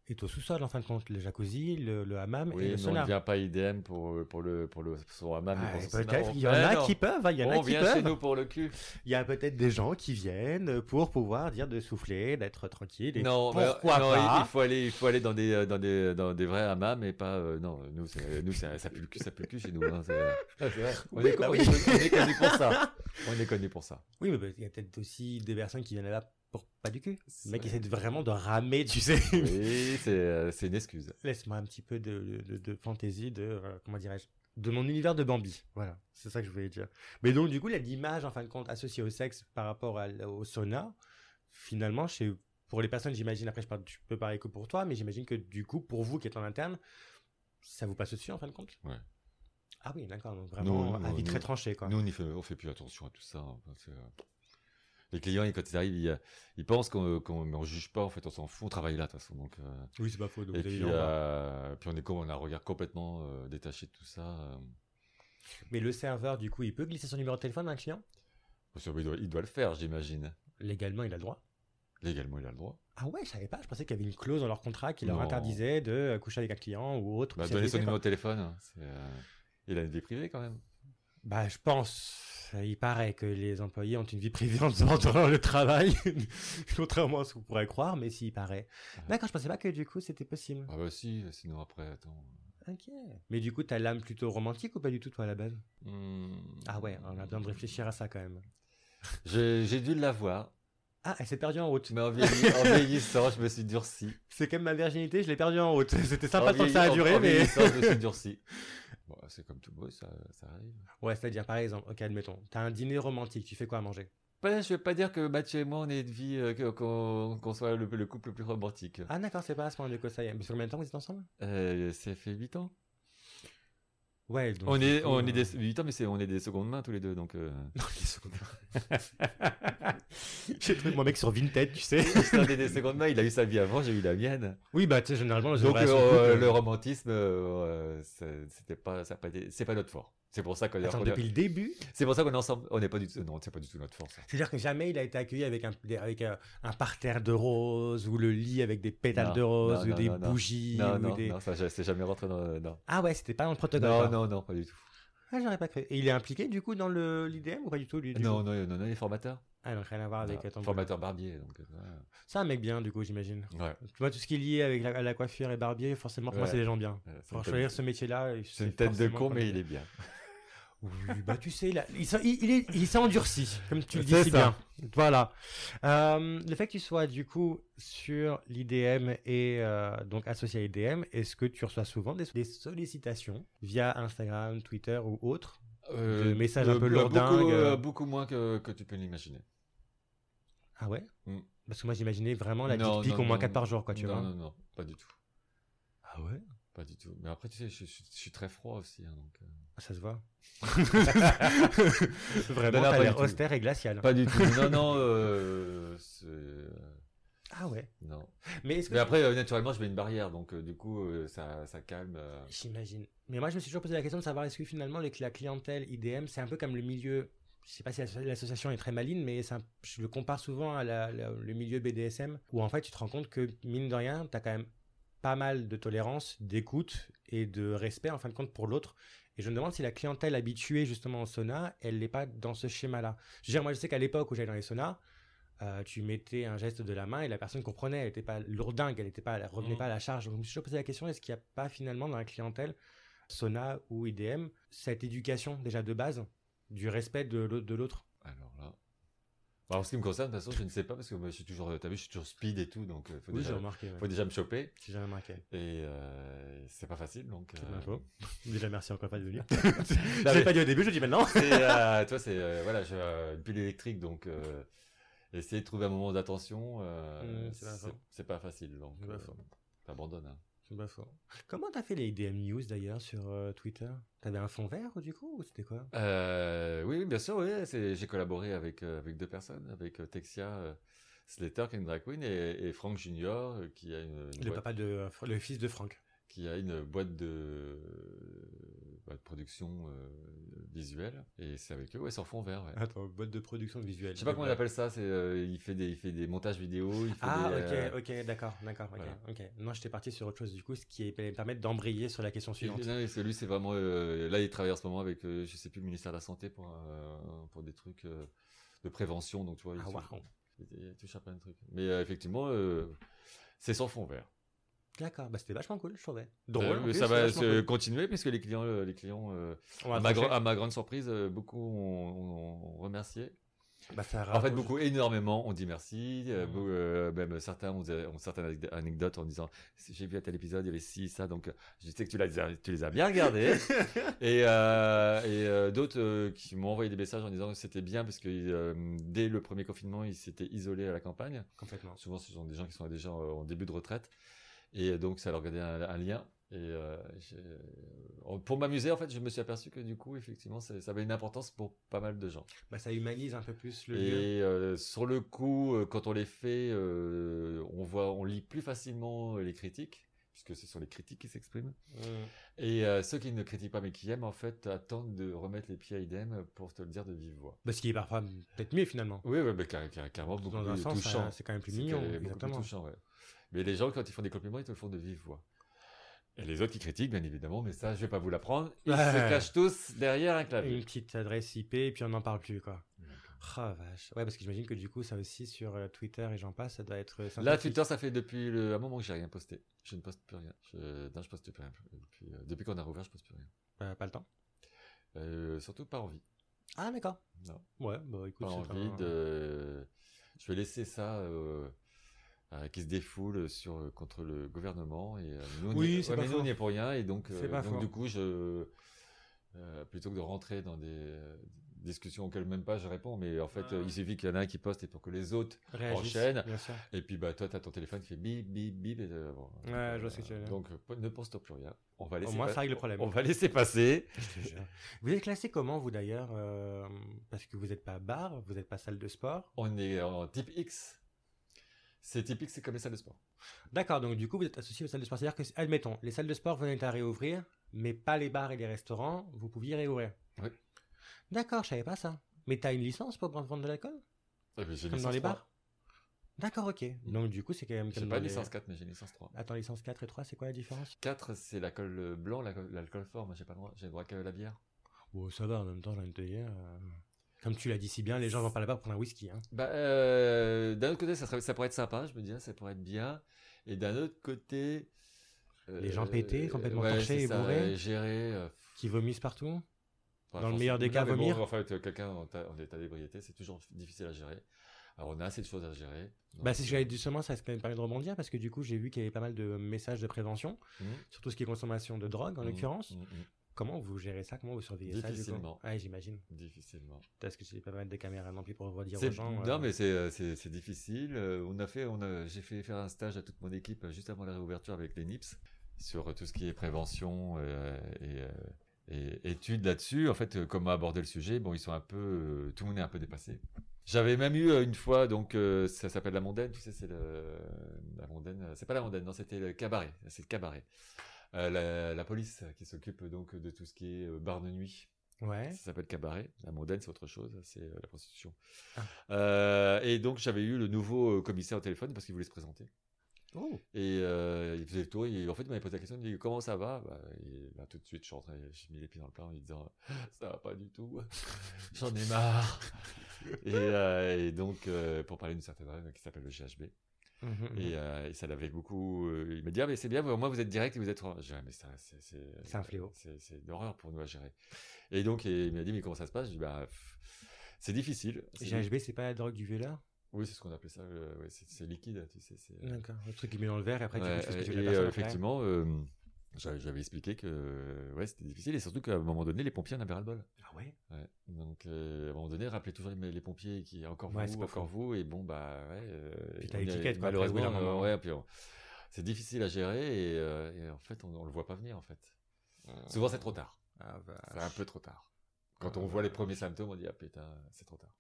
Speaker 1: est au sous-sol en fin de compte. Le jacuzzi, le, le hammam et
Speaker 2: Oui,
Speaker 1: le
Speaker 2: mais on ne
Speaker 1: sauna.
Speaker 2: vient pas IDM pour, pour, le, pour le, son hammam.
Speaker 1: Ah,
Speaker 2: et pour
Speaker 1: et
Speaker 2: son sauna.
Speaker 1: peut-être
Speaker 2: On-
Speaker 1: qu'il y en
Speaker 2: Mais
Speaker 1: a
Speaker 2: non,
Speaker 1: qui peuvent, hein, il y en a
Speaker 2: on
Speaker 1: qui
Speaker 2: vient chez nous
Speaker 1: peuvent.
Speaker 2: pour le cul.
Speaker 1: Il y a peut-être des gens qui viennent pour pouvoir dire de souffler, d'être tranquille. Et
Speaker 2: Non, mais-
Speaker 1: pourquoi
Speaker 2: non, il-
Speaker 1: pas
Speaker 2: il faut aller, il faut aller dans des, euh, dans des, dans des vrais hammams et pas. euh, non, nous, c'est- nous c'est- ça pue le cul, ça pue le cul chez nous. hein, c'est- Ah, c'est vrai. on,
Speaker 1: Oui,
Speaker 2: est,
Speaker 1: bah
Speaker 2: on
Speaker 1: oui.
Speaker 2: est connu- on est connu pour ça. On est connu pour ça.
Speaker 1: Oui, mais il y a peut-être aussi des personnes qui viennent là pour pas du cul. Le mec
Speaker 2: C'est-
Speaker 1: essaie de- vraiment de ramer, tu sais.
Speaker 2: Oui, c'est euh, c'est une excuse.
Speaker 1: Laisse-moi un petit peu de, de, de- de fantaisie, de euh, comment dirais-je, de mon univers de Bambi. Voilà, c'est ça que je voulais dire. Mais donc du coup, là, l'image en fin de compte associée au sexe par rapport à l- au sauna, finalement, chez pour les personnes, j'imagine. Après, je, parle, je peux parler que pour toi, mais j'imagine que du coup, pour vous qui êtes en interne, ça vous passe dessus en fin de compte.
Speaker 2: Ouais.
Speaker 1: Ah oui, d'accord. Donc vraiment,
Speaker 2: Nous, nous,
Speaker 1: avis
Speaker 2: nous.
Speaker 1: très tranché, quoi.
Speaker 2: Nous, on, y fait, on fait plus attention à tout ça. hein, parce que, euh, Les clients, ils- quand ils arrivent, ils, ils pensent qu'on qu'on- mais on juge pas, en fait, on s'en fout, on travaille là, de toute façon. Donc, euh,
Speaker 1: Oui, c'est pas faux. donc
Speaker 2: et
Speaker 1: vous avez
Speaker 2: puis,
Speaker 1: eu en bas.
Speaker 2: euh, puis on, est, con- on a un regard complètement euh, détaché de tout ça. euh.
Speaker 1: Mais le serveur, du coup, il peut glisser son numéro de téléphone à un client.
Speaker 2: Parce que, bah, il, doit, il doit le faire, j'imagine.
Speaker 1: Légalement, il a le droit.
Speaker 2: Légalement, il a le droit.
Speaker 1: Ah ouais, je savais pas. Je pensais qu'il y avait une clause dans leur contrat qui leur
Speaker 2: Non.
Speaker 1: interdisait de euh, coucher avec un client ou autre. ou
Speaker 2: Bah,
Speaker 1: de
Speaker 2: donner son
Speaker 1: s'habiller,
Speaker 2: numéro
Speaker 1: quoi.
Speaker 2: de téléphone, hein, c'est, euh, il a une vie privée quand même.
Speaker 1: Bah, je pense. Il paraît que les employés ont une vie privée en dehors de le travail, contrairement à ce qu'on pourrait croire, mais si, il paraît. D'accord, je pensais pas que du coup c'était possible.
Speaker 2: Ah bah si, sinon après, attends.
Speaker 1: Ok. Mais du coup, t'as l'âme plutôt romantique ou pas du tout, toi, à la base
Speaker 2: Hmm.
Speaker 1: Ah ouais, on a besoin de réfléchir à ça quand même.
Speaker 2: J'ai j'ai dû l'avoir,
Speaker 1: Ah, elle s'est perdue en route.
Speaker 2: mais en, vieilli- en vieillissant, je me suis durci.
Speaker 1: C'est comme ma virginité, je l'ai perdue en route. C'était
Speaker 2: En
Speaker 1: sympa tant que ça a
Speaker 2: Ah, Oh, vieilli- en-
Speaker 1: duré,
Speaker 2: en
Speaker 1: mais.
Speaker 2: vieillissant, je me suis durci. Bon, c'est comme tout beau, ça, ça arrive.
Speaker 1: Ouais, c'est-à-dire, par exemple, ok, admettons, t'as un dîner romantique, tu fais quoi à manger
Speaker 2: Ouais, je vais pas dire que Mathieu et moi, on est de vie, euh, que- qu'on qu'on soit le, le couple le plus romantique.
Speaker 1: Ah, d'accord, c'est pas à ce moment-là que ça y est. Mais sur combien de temps vous êtes ensemble
Speaker 2: Euh, ça fait 8 ans.
Speaker 1: Ouais, donc.
Speaker 2: on
Speaker 1: du
Speaker 2: est,
Speaker 1: coup,
Speaker 2: on
Speaker 1: euh,
Speaker 2: est des, 8 ans, mais c'est, on est des secondes mains tous les deux, donc. euh,
Speaker 1: Non, les secondes. J'ai trouvé mon mec sur Vinted, tu sais.
Speaker 2: c'est un des, des secondes mains, il a eu sa vie avant, j'ai eu la mienne.
Speaker 1: Oui, bah, tu sais, généralement, les
Speaker 2: Donc,
Speaker 1: relations
Speaker 2: euh,
Speaker 1: de couple,
Speaker 2: le romantisme, euh, c'est- c'était pas, ça a pas été- c'est pas notre fort. C'est pour ça qu'on
Speaker 1: Attends,
Speaker 2: qu'on a-
Speaker 1: depuis le début
Speaker 2: c'est pour ça qu'on est ensemble. On n'est pas du tout, non, c'est pas du tout notre force.
Speaker 1: C'est-à-dire que jamais il a été accueilli avec un, des- avec euh, un parterre de roses ou le lit avec des pétales
Speaker 2: Non,
Speaker 1: de roses
Speaker 2: non,
Speaker 1: ou
Speaker 2: non,
Speaker 1: des
Speaker 2: non, non.
Speaker 1: bougies
Speaker 2: Non,
Speaker 1: ou
Speaker 2: non,
Speaker 1: des...
Speaker 2: non, ça, j'ai- c'est jamais rentré dans, non.
Speaker 1: Ah ouais, c'était pas dans le protocole.
Speaker 2: Non,
Speaker 1: quoi.
Speaker 2: non, non, pas du tout.
Speaker 1: Ah, j'aurais pas cru. Et il est impliqué du coup dans le l'IDM ou pas du tout lui du
Speaker 2: Non,
Speaker 1: coup
Speaker 2: non, non, non, il est formateur.
Speaker 1: Ah donc rien à voir avec
Speaker 2: Ah,
Speaker 1: euh, ton
Speaker 2: formateur barbier, donc. euh,
Speaker 1: boulot. C'est un mec bien du coup, j'imagine.
Speaker 2: Ouais. Ouais,
Speaker 1: Tu vois tout ce qui est lié avec la, la coiffure et barbier, forcément pour moi
Speaker 2: Ouais.
Speaker 1: c'est des gens bien.
Speaker 2: c'est une
Speaker 1: Pour
Speaker 2: tête-
Speaker 1: choisir ce métier-là,
Speaker 2: C'est une tête de con, mais il est bien.
Speaker 1: Oui, bah tu sais, là, il s'est il, il est- il s'est endurci, comme tu le dis
Speaker 2: C'est
Speaker 1: si
Speaker 2: ça.
Speaker 1: bien. Voilà. Euh, le fait que tu sois du coup sur l'IDM et euh, donc associé à l'IDM, est-ce que tu reçois souvent des, des sollicitations via Instagram, Twitter ou autre Euh, Le message un peu
Speaker 2: bah, beaucoup,
Speaker 1: lourdingue.
Speaker 2: euh, beaucoup moins que, que tu peux l'imaginer.
Speaker 1: Ah ouais
Speaker 2: Mm.
Speaker 1: Parce que moi j'imaginais vraiment la
Speaker 2: Non,
Speaker 1: petite pique
Speaker 2: non,
Speaker 1: au moins
Speaker 2: non,
Speaker 1: 4 par jour, quoi, tu
Speaker 2: non,
Speaker 1: vois.
Speaker 2: non, non, pas du tout.
Speaker 1: Ah ouais
Speaker 2: Pas du tout. Mais après, tu sais, je, je- je suis très froid aussi. hein, donc, euh.
Speaker 1: Ah, Ça se voit.
Speaker 2: Non,
Speaker 1: Vraiment,
Speaker 2: non,
Speaker 1: t'as
Speaker 2: pas
Speaker 1: l'air
Speaker 2: du tout.
Speaker 1: austère et glacial.
Speaker 2: Pas du tout. Non, non, euh, c'est. euh,
Speaker 1: Ah ouais
Speaker 2: Non.
Speaker 1: Mais est-ce que
Speaker 2: Mais après, euh, naturellement, je mets une barrière, donc euh, du coup, euh, ça, ça calme. euh.
Speaker 1: J'imagine. Mais moi, je me suis toujours posé la question de savoir est-ce que finalement, les- la clientèle IDM, c'est un peu comme le milieu. Je sais pas si l'asso- l'association est très maligne, mais c'est un- je le compare souvent à la- la- le milieu BDSM, où en fait, tu te rends compte que, mine de rien, tu as quand même pas mal de tolérance, d'écoute et de respect, en fin de compte, pour l'autre. Et je me demande si la clientèle habituée justement au sauna, elle n'est pas dans ce schéma-là. Je veux dire, moi, je sais qu'à l'époque où j'allais dans les saunas, euh, tu mettais un geste de la main et la personne comprenait, elle n'était pas lourdingue, elle n'était pas, elle revenait
Speaker 2: Mhm.
Speaker 1: pas à la charge. Donc, je me suis toujours posé la question est-ce qu'il n'y a pas finalement dans la clientèle sauna ou IDM cette éducation déjà de base du respect de l'autre- de l'autre
Speaker 2: Alors là. Bah, en ce qui me concerne, de toute façon, je ne sais pas parce que moi, je suis toujours, euh, t'as vu, je suis toujours speed et tout, donc euh, faut,
Speaker 1: Oui, j'ai
Speaker 2: déjà,
Speaker 1: remarqué. ouais.
Speaker 2: faut déjà me choper
Speaker 1: J'ai jamais remarqué.
Speaker 2: et euh, c'est pas facile, donc.
Speaker 1: C'est
Speaker 2: euh,
Speaker 1: bien faux. Déjà, merci encore pas de venir.
Speaker 2: Non,
Speaker 1: je l'ai
Speaker 2: mais-
Speaker 1: pas dit au début, je le dis maintenant.
Speaker 2: c'est, euh, toi, c'est euh, voilà, j'ai euh, une pile électrique, donc euh, essayer de trouver un moment d'attention, euh,
Speaker 1: Mm, c'est pas
Speaker 2: c'est
Speaker 1: faux.
Speaker 2: c'est pas facile, donc
Speaker 1: C'est pas
Speaker 2: euh,
Speaker 1: faux.
Speaker 2: t'abandonnes. hein.
Speaker 1: C'est pas faux. Comment t'as fait les IDM News d'ailleurs sur euh, Twitter T'avais un fond vert du coup ou c'était quoi
Speaker 2: Euh, oui, oui, bien sûr, oui, c'est- j'ai collaboré avec euh, avec deux personnes, avec euh, Texia euh, Slater, qui est une drag queen, et, et Frank Junior, euh, qui a une,
Speaker 1: Le
Speaker 2: une boîte,
Speaker 1: papa de. euh, Fr- le fils de Franck.
Speaker 2: qui a une boîte de, bah, de production euh, visuelle, et c'est avec eux, ouais, sur fond vert. ouais.
Speaker 1: Attends, boîte de production visuelle.
Speaker 2: Je sais pas comment on appelle ça, c'est euh, il fait des il fait des montages vidéo, il fait
Speaker 1: Ah,
Speaker 2: des, euh,
Speaker 1: ok, ok, d'accord, d'accord, ok,
Speaker 2: voilà.
Speaker 1: ok. Non, j'étais parti sur autre chose du coup, ce qui allait me permettre d'embrayer sur la question
Speaker 2: Et
Speaker 1: suivante.
Speaker 2: non, parce que lui, c'est vraiment. euh, là, il travaille en ce moment avec, euh, je sais plus, le ministère de la Santé pour, euh, pour des trucs euh, de prévention. Donc, tu vois, il,
Speaker 1: Ah,
Speaker 2: touche,
Speaker 1: waouh.
Speaker 2: il- il touche à plein de trucs. Mais euh, effectivement, euh, c'est sans fond vert.
Speaker 1: D'accord, bah c'était vachement cool, je trouvais. Drôle.
Speaker 2: Euh,
Speaker 1: en
Speaker 2: mais
Speaker 1: plus,
Speaker 2: ça va
Speaker 1: vachement
Speaker 2: se
Speaker 1: cool.
Speaker 2: continuer puisque les clients, euh, les clients euh,
Speaker 1: On va
Speaker 2: à, ma
Speaker 1: trancher.
Speaker 2: gran- à ma grande surprise, euh, beaucoup ont, ont- ont remercié.
Speaker 1: Bah, ça
Speaker 2: En fait,
Speaker 1: rapproche.
Speaker 2: beaucoup, énormément, ont dit merci. euh,
Speaker 1: Mhm.
Speaker 2: beau- euh, même certains ont, ont certaines anecd- anecdotes en disant j'ai vu à tel épisode, il y avait ci, ça. Donc, euh, je sais que tu, l'as- tu les as bien regardés. et euh, et, euh, d'autres euh, qui m'ont envoyé des messages en disant que c'était bien parce que euh, dès le premier confinement, ils s'étaient isolés à la campagne.
Speaker 1: Complètement.
Speaker 2: Souvent, ce sont des gens qui sont déjà en, en début de retraite. Et donc, ça leur gardait un, un lien. Et euh, j'ai- euh, pour m'amuser, en fait, je me suis aperçu que du coup, effectivement, ça ça avait une importance pour pas mal de gens.
Speaker 1: Bah, ça humanise un peu plus le lieu.
Speaker 2: Et euh, sur le coup, euh, quand on les fait, euh, on voit, on lit plus facilement euh, les critiques, puisque ce sont les critiques qui s'expriment.
Speaker 1: Mm.
Speaker 2: Et euh, ceux qui ne critiquent pas mais qui aiment, en fait, attendent de remettre les pieds à idem pour te le dire de vive voix.
Speaker 1: Bah, ce qui est parfois peut-être mieux finalement.
Speaker 2: Oui, oui, mais car- car- carrément beaucoup
Speaker 1: Dans un
Speaker 2: plus
Speaker 1: sens, ça-
Speaker 2: touchant.
Speaker 1: c'est quand même plus
Speaker 2: C'est
Speaker 1: mignon.
Speaker 2: beaucoup plus
Speaker 1: Exactement.
Speaker 2: touchant, ouais. Mais les gens, quand ils font des compliments, ils te le font de vive voix. Et les autres qui critiquent, bien évidemment, mais ça, je vais pas vous l'apprendre. Ils
Speaker 1: Ouais.
Speaker 2: se cachent tous derrière un clavier.
Speaker 1: Une petite adresse IP et puis on n'en parle plus quoi.
Speaker 2: Ouais.
Speaker 1: Ah vache. Ouais, parce que j'imagine que du coup, ça aussi sur euh, Twitter et j'en passe, ça doit être. euh,
Speaker 2: Là,
Speaker 1: sympathique.
Speaker 2: Twitter, ça fait depuis le... un moment que j'ai rien posté. Je ne poste plus rien. Je... Non, je poste plus rien. Depuis, euh, depuis qu'on a rouvert, je poste plus rien.
Speaker 1: Euh, pas le temps.
Speaker 2: Euh, surtout pas envie.
Speaker 1: Ah, d'accord.
Speaker 2: Non,
Speaker 1: Ouais, bah écoute,
Speaker 2: pas
Speaker 1: c'est
Speaker 2: envie
Speaker 1: un-
Speaker 2: de. Je vais laisser ça euh, euh, qui se défoule sur, euh, contre le gouvernement. Et, euh, nous, on
Speaker 1: Oui,
Speaker 2: y-
Speaker 1: c'est
Speaker 2: ouais,
Speaker 1: pas
Speaker 2: mais nous, on
Speaker 1: faux.
Speaker 2: n'y est pour rien. Et donc, euh,
Speaker 1: C'est pas
Speaker 2: donc,
Speaker 1: faux.
Speaker 2: du coup, je, euh, plutôt que de rentrer dans des euh, discussions auxquelles même pas je réponds, mais en fait,
Speaker 1: Ah.
Speaker 2: euh, il suffit qu'il y en a un qui poste et pour que les autres.
Speaker 1: Réagissent,
Speaker 2: Enchaîne.
Speaker 1: Bien sûr.
Speaker 2: Et puis, bah, toi, tu as ton téléphone qui fait bip, bip, bip. Et, euh, bon,
Speaker 1: Ouais,
Speaker 2: euh,
Speaker 1: je vois ce que tu veux dire.
Speaker 2: Donc, euh, ne pense plus rien. On va
Speaker 1: Au
Speaker 2: laisser
Speaker 1: moins,
Speaker 2: pas-
Speaker 1: ça règle le problème.
Speaker 2: On va laisser passer.
Speaker 1: Je te jure. Vous êtes classé comment, vous d'ailleurs euh, Parce que vous n'êtes pas bar, vous n'êtes pas salle de sport.
Speaker 2: On est en type X. C'est type X, c'est comme les salles de sport.
Speaker 1: D'accord, donc du coup, vous êtes associé aux salles de sport. C'est-à-dire que, admettons, les salles de sport venaient à réouvrir, mais pas les bars et les restaurants, vous pouviez réouvrir.
Speaker 2: Oui.
Speaker 1: D'accord, je savais pas ça. Mais t'as une licence pour vendre de l'alcool
Speaker 2: Ah, mais j'ai
Speaker 1: Comme dans
Speaker 2: licence
Speaker 1: les
Speaker 2: 3.
Speaker 1: bars D'accord, ok. Donc du coup, c'est quand même
Speaker 2: J'ai
Speaker 1: comme
Speaker 2: pas
Speaker 1: dans les-
Speaker 2: licence 4, mais j'ai licence 3.
Speaker 1: Attends, licence 4 et 3, c'est quoi la différence
Speaker 2: 4, c'est l'alcool blanc, l'alcool l'alcool fort. Moi, j'ai pas le droit. J'ai le droit qu'à la bière.
Speaker 1: Bon, ça va, en même temps, j'ai envie de te dire. euh, Comme tu l'as dit si bien, les gens vont pas là-bas pour un whisky. Hein.
Speaker 2: Bah, euh, d'un autre côté, ça, serait- ça pourrait être sympa. Je me dis, ah, ça pourrait être bien. Et d'un autre côté. euh,
Speaker 1: Les gens pétés, complètement
Speaker 2: ouais,
Speaker 1: torchés
Speaker 2: c'est
Speaker 1: et
Speaker 2: ça,
Speaker 1: bourrés.
Speaker 2: et Gérés. euh,
Speaker 1: Qui vomissent partout
Speaker 2: Pas
Speaker 1: Dans le
Speaker 2: forcément-
Speaker 1: meilleur des
Speaker 2: Non,
Speaker 1: cas,
Speaker 2: mais bon,
Speaker 1: vomir.
Speaker 2: en fait, euh, quelqu'un en, ta- en état d'ébriété, c'est toujours difficile à gérer. Alors, on a assez de choses à gérer. Donc,
Speaker 1: Bah, si
Speaker 2: euh,
Speaker 1: je l'avais dit seulement, ça se permet de rebondir parce que du coup, j'ai vu qu'il y avait pas mal de messages de prévention,
Speaker 2: Mhm.
Speaker 1: sur tout ce qui est consommation de drogue en
Speaker 2: Mhm.
Speaker 1: l'occurrence.
Speaker 2: Mhm. Mhm.
Speaker 1: Comment vous gérez ça Comment vous surveillez ça du coup
Speaker 2: Difficilement.
Speaker 1: Ouais, j'imagine.
Speaker 2: mm, Difficilement.
Speaker 1: Parce que j'ai pas mal de caméras non plus pour redire
Speaker 2: C'est-
Speaker 1: aux gens.
Speaker 2: non,
Speaker 1: euh,
Speaker 2: mais c'est, euh, c'est, c'est difficile. Euh, On a fait, on a, j'ai fait faire un stage à toute mon équipe euh, juste avant la réouverture avec les NIPS sur euh, tout ce qui est prévention euh, et, euh, et études là-dessus. En fait, euh, comment aborder le sujet Bon, ils sont un peu, euh, tout le monde est un peu dépassé. J'avais même eu euh, une fois, donc euh, ça s'appelle la mondaine. Tu sais, c'est le, la mondaine. euh, C'est pas la mondaine, non, c'était le cabaret. C'est le cabaret. Euh, la, la police qui s'occupe donc de tout ce qui est euh, bar de nuit.
Speaker 1: euh. Ouais.
Speaker 2: Ça s'appelle cabaret. La mondaine, c'est autre chose, c'est euh, la prostitution.
Speaker 1: Ah.
Speaker 2: Euh, et donc, j'avais eu le nouveau euh, commissaire au téléphone parce qu'il voulait se présenter.
Speaker 1: Oh,
Speaker 2: Et euh, il faisait le tour. Et en fait, il m'avait posé la question. Il me dit Comment ça va bah, Et là, tout de suite, je suis rentré, j'ai mis les pieds dans le plat en lui disant Ça va pas du tout. J'en ai marre. et, euh, et donc, euh, pour parler d'une certaine règle qui s'appelle le GHB.
Speaker 1: mhm, mhm.
Speaker 2: Et, euh, et ça l'avait beaucoup. euh, il m'a dit ah, mais c'est bien, mais au moins vous êtes direct et vous êtes. J'ai dit, Ah, mais ça, c'est, c'est,
Speaker 1: C'est un fléau.
Speaker 2: C'est, c'est une horreur pour nous à gérer. Et donc et il m'a dit mais comment ça se passe Je dis bah pff, c'est difficile. C'est di-
Speaker 1: GHB, c'est pas la drogue du violeur
Speaker 2: Oui, c'est ce qu'on appelait ça. euh, ouais, c'est, c'est liquide, tu sais. C'est...
Speaker 1: D'accord. Le truc qui met dans le verre et Mmh. après
Speaker 2: Ouais,
Speaker 1: tu fais ce que tu
Speaker 2: et,
Speaker 1: veux la
Speaker 2: euh,
Speaker 1: personne après.
Speaker 2: effectivement, euh, j'avais, j'avais expliqué que euh, ouais c'était difficile et surtout qu'à un moment donné les pompiers en avaient ras le bol.
Speaker 1: Ah ouais
Speaker 2: Ouais. Donc euh, à un moment donné, rappelez toujours les, les pompiers qui encore
Speaker 1: Ouais, c'est
Speaker 2: vous,
Speaker 1: pas
Speaker 2: encore vous, et bon bah ouais.
Speaker 1: Puis
Speaker 2: euh,
Speaker 1: t'as
Speaker 2: on y
Speaker 1: l'étiquette,
Speaker 2: est-
Speaker 1: quoi,
Speaker 2: malheureusement,
Speaker 1: après, au bout d'un
Speaker 2: euh,
Speaker 1: moment.
Speaker 2: ouais, puis on- c'est difficile à gérer et, euh, et en fait on, on le voit pas venir en fait. Souvent c'est trop tard,
Speaker 1: Ah bah.
Speaker 2: c'est un peu trop tard. Quand on
Speaker 1: Euh,
Speaker 2: voit les premiers symptômes, on dit ah putain c'est trop tard.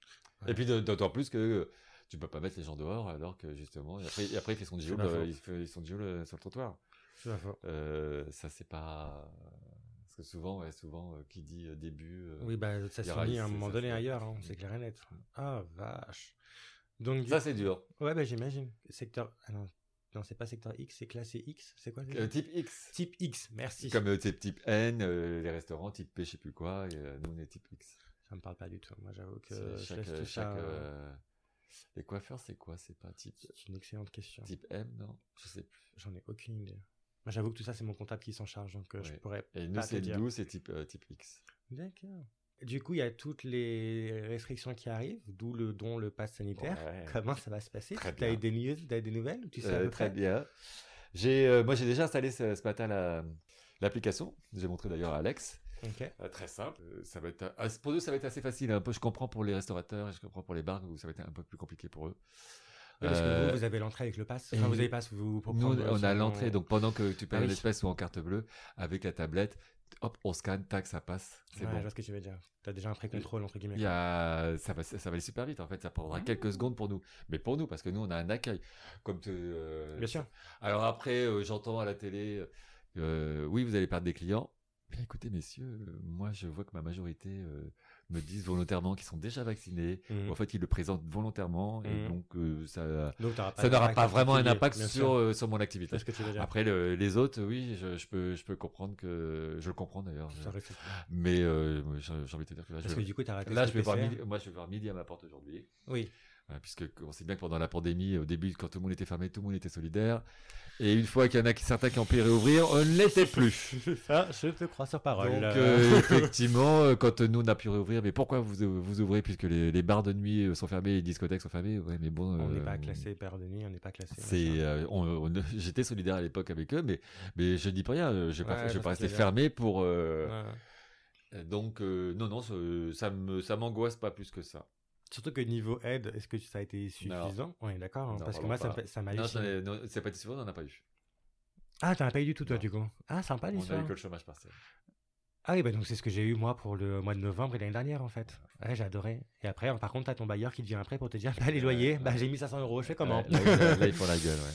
Speaker 1: Ouais.
Speaker 2: Et puis de- d'autant plus que euh, tu peux pas mettre les gens dehors alors que justement et après, et après il fait son
Speaker 1: C'est
Speaker 2: joule,
Speaker 1: pas faux.
Speaker 2: euh, il fait son joule euh, sur le trottoir.
Speaker 1: c'est pas faux.
Speaker 2: Euh, ça c'est pas parce que souvent ouais, souvent euh, qui dit euh, début. euh,
Speaker 1: Oui, bah ça
Speaker 2: il y
Speaker 1: se
Speaker 2: aura-
Speaker 1: finit à un
Speaker 2: c'est-
Speaker 1: moment
Speaker 2: ça
Speaker 1: donné
Speaker 2: se-
Speaker 1: ailleurs, hein, c'est clair et net. Ah vache. Donc du
Speaker 2: Ça c'est dur.
Speaker 1: Ouais, bah j'imagine. Secteur. Ah non, non c'est pas secteur X, c'est classé X. C'est quoi le
Speaker 2: Euh, type X.
Speaker 1: Type X, merci.
Speaker 2: Comme euh, type, type N, euh, les restaurants type P, je sais plus quoi, et euh, nous on est type X.
Speaker 1: Ça me parle pas du tout. Moi, j'avoue que
Speaker 2: C'est
Speaker 1: je
Speaker 2: chaque,
Speaker 1: laisse
Speaker 2: euh,
Speaker 1: tout
Speaker 2: chaque,
Speaker 1: ça.
Speaker 2: euh, Les coiffeurs, c'est quoi C'est pas type,
Speaker 1: C'est une excellente question.
Speaker 2: type M, non Je sais plus.
Speaker 1: J'en ai aucune idée. Moi, j'avoue que tout ça, c'est mon comptable qui s'en charge, donc euh, je
Speaker 2: Ouais.
Speaker 1: pourrais. Pas
Speaker 2: Et nous,
Speaker 1: te
Speaker 2: c'est
Speaker 1: dire.
Speaker 2: nous, c'est type, euh, type X.
Speaker 1: D'accord. Du coup, il y a toutes les restrictions qui arrivent, d'où le don le pass sanitaire.
Speaker 2: Ouais.
Speaker 1: Comment ça va se passer
Speaker 2: Très
Speaker 1: T'as eu
Speaker 2: bien.
Speaker 1: des news, t'as eu des nouvelles ou tu sais à
Speaker 2: Euh,
Speaker 1: peu
Speaker 2: très
Speaker 1: près
Speaker 2: bien. J'ai, euh, moi, j'ai déjà installé ce, ce matin la- l'application. J'ai montré d'ailleurs à Alex.
Speaker 1: Ok.
Speaker 2: Euh, très simple. Euh, Ça va être, ah, pour eux, ça va être assez facile. Un peu, je comprends pour les restaurateurs et je comprends pour les bars où ça va être un peu plus compliqué pour eux.
Speaker 1: Oui, parce que
Speaker 2: Euh,
Speaker 1: vous, vous avez l'entrée avec le pass.
Speaker 2: et
Speaker 1: Enfin, vous avez pass, vous pour
Speaker 2: Nous,
Speaker 1: prendre, euh,
Speaker 2: on a
Speaker 1: son-
Speaker 2: l'entrée, donc pendant que tu payes
Speaker 1: Ah
Speaker 2: en
Speaker 1: oui.
Speaker 2: espèces ou en carte bleue, avec la tablette, hop, on scanne, tac, ça passe. C'est
Speaker 1: Ouais,
Speaker 2: bon.
Speaker 1: Je vois ce que tu veux dire. T'as déjà un pré-contrôle entre guillemets.
Speaker 2: Il y a... ça, va, ça va aller super vite, en fait, ça prendra quelques secondes pour nous. Mais pour nous, parce que nous, on a un accueil. Comme tu, euh,
Speaker 1: Bien sûr.
Speaker 2: Alors après, euh, j'entends à la télé, euh, oui, vous allez perdre des clients. Mais écoutez, messieurs, euh, moi, je vois que ma majorité euh, me disent volontairement qu'ils sont déjà vaccinés.
Speaker 1: Mhm.
Speaker 2: Ou En fait, ils le présentent volontairement, et
Speaker 1: Mhm.
Speaker 2: donc euh, ça,
Speaker 1: Donc, t'auras
Speaker 2: ça n'aura
Speaker 1: d'impact
Speaker 2: pas vraiment un
Speaker 1: particulier,
Speaker 2: impact
Speaker 1: bien sûr.
Speaker 2: sur, euh, sur mon
Speaker 1: Je
Speaker 2: activité.
Speaker 1: vois ce que tu veux dire.
Speaker 2: Après le- les autres, oui, je, je peux, je peux comprendre que je le comprends d'ailleurs.
Speaker 1: Ça aurait fait-
Speaker 2: Mais euh, j'ai j'ai envie de te dire que là,
Speaker 1: Parce
Speaker 2: je,
Speaker 1: que du coup, t'as raté
Speaker 2: là,
Speaker 1: ce
Speaker 2: je vais
Speaker 1: PCR.
Speaker 2: voir midi, moi, je vais voir midi à ma porte aujourd'hui.
Speaker 1: Oui.
Speaker 2: Voilà, puisque on sait bien que pendant la pandémie, au début, quand tout le monde était fermé, tout le monde était solidaire. Et une fois qu'il y en a qui- certains qui ont pu réouvrir, on ne
Speaker 1: Oh
Speaker 2: l'était plus.
Speaker 1: Ça, je te crois sur parole.
Speaker 2: Donc, euh, effectivement, euh, quand nous, on a pu réouvrir, mais pourquoi vous, vous ouvrez puisque les, les bars de nuit euh, sont fermés, les discothèques sont fermées Ouais, mais bon.
Speaker 1: on n'est
Speaker 2: euh,
Speaker 1: pas classé, pardonnez, on n'est pas classé.
Speaker 2: C'est, euh, on- on- j'étais solidaire à l'époque avec eux, mais, mais je dis pas rien, euh, je vais
Speaker 1: Ouais,
Speaker 2: pas, je
Speaker 1: je
Speaker 2: vais pas
Speaker 1: vois ce que
Speaker 2: rester
Speaker 1: tu veux dire.
Speaker 2: fermé pour. euh,
Speaker 1: Ouais.
Speaker 2: Donc, euh, non, non, ce- ça me, ça m'angoisse pas plus que ça.
Speaker 1: Surtout que niveau aide, est-ce que ça a été suffisant Oui, d'accord. hein,
Speaker 2: Non,
Speaker 1: parce que
Speaker 2: vraiment
Speaker 1: moi, ça me
Speaker 2: pas.
Speaker 1: fait- ça m'a
Speaker 2: Non,
Speaker 1: halluciné.
Speaker 2: j'en ai- non, c'est pas été souvent, on n'en a pas eu.
Speaker 1: Ah, t'en as pas eu du tout, toi,
Speaker 2: Non.
Speaker 1: du coup. Ah, sympa
Speaker 2: On a
Speaker 1: l'histoire.
Speaker 2: eu que le chômage partiel.
Speaker 1: Ah oui, bah donc c'est ce que j'ai eu moi pour le mois de novembre et l'année dernière en fait. Ouais, j'ai adoré. Et après, hein, par contre, t'as ton bailleur qui te vient après pour te dire bah, les
Speaker 2: Ouais,
Speaker 1: loyers,
Speaker 2: ouais.
Speaker 1: bah, j'ai mis 500 euros, je fais comment
Speaker 2: Ouais, là, là, là, ils font la gueule, ouais.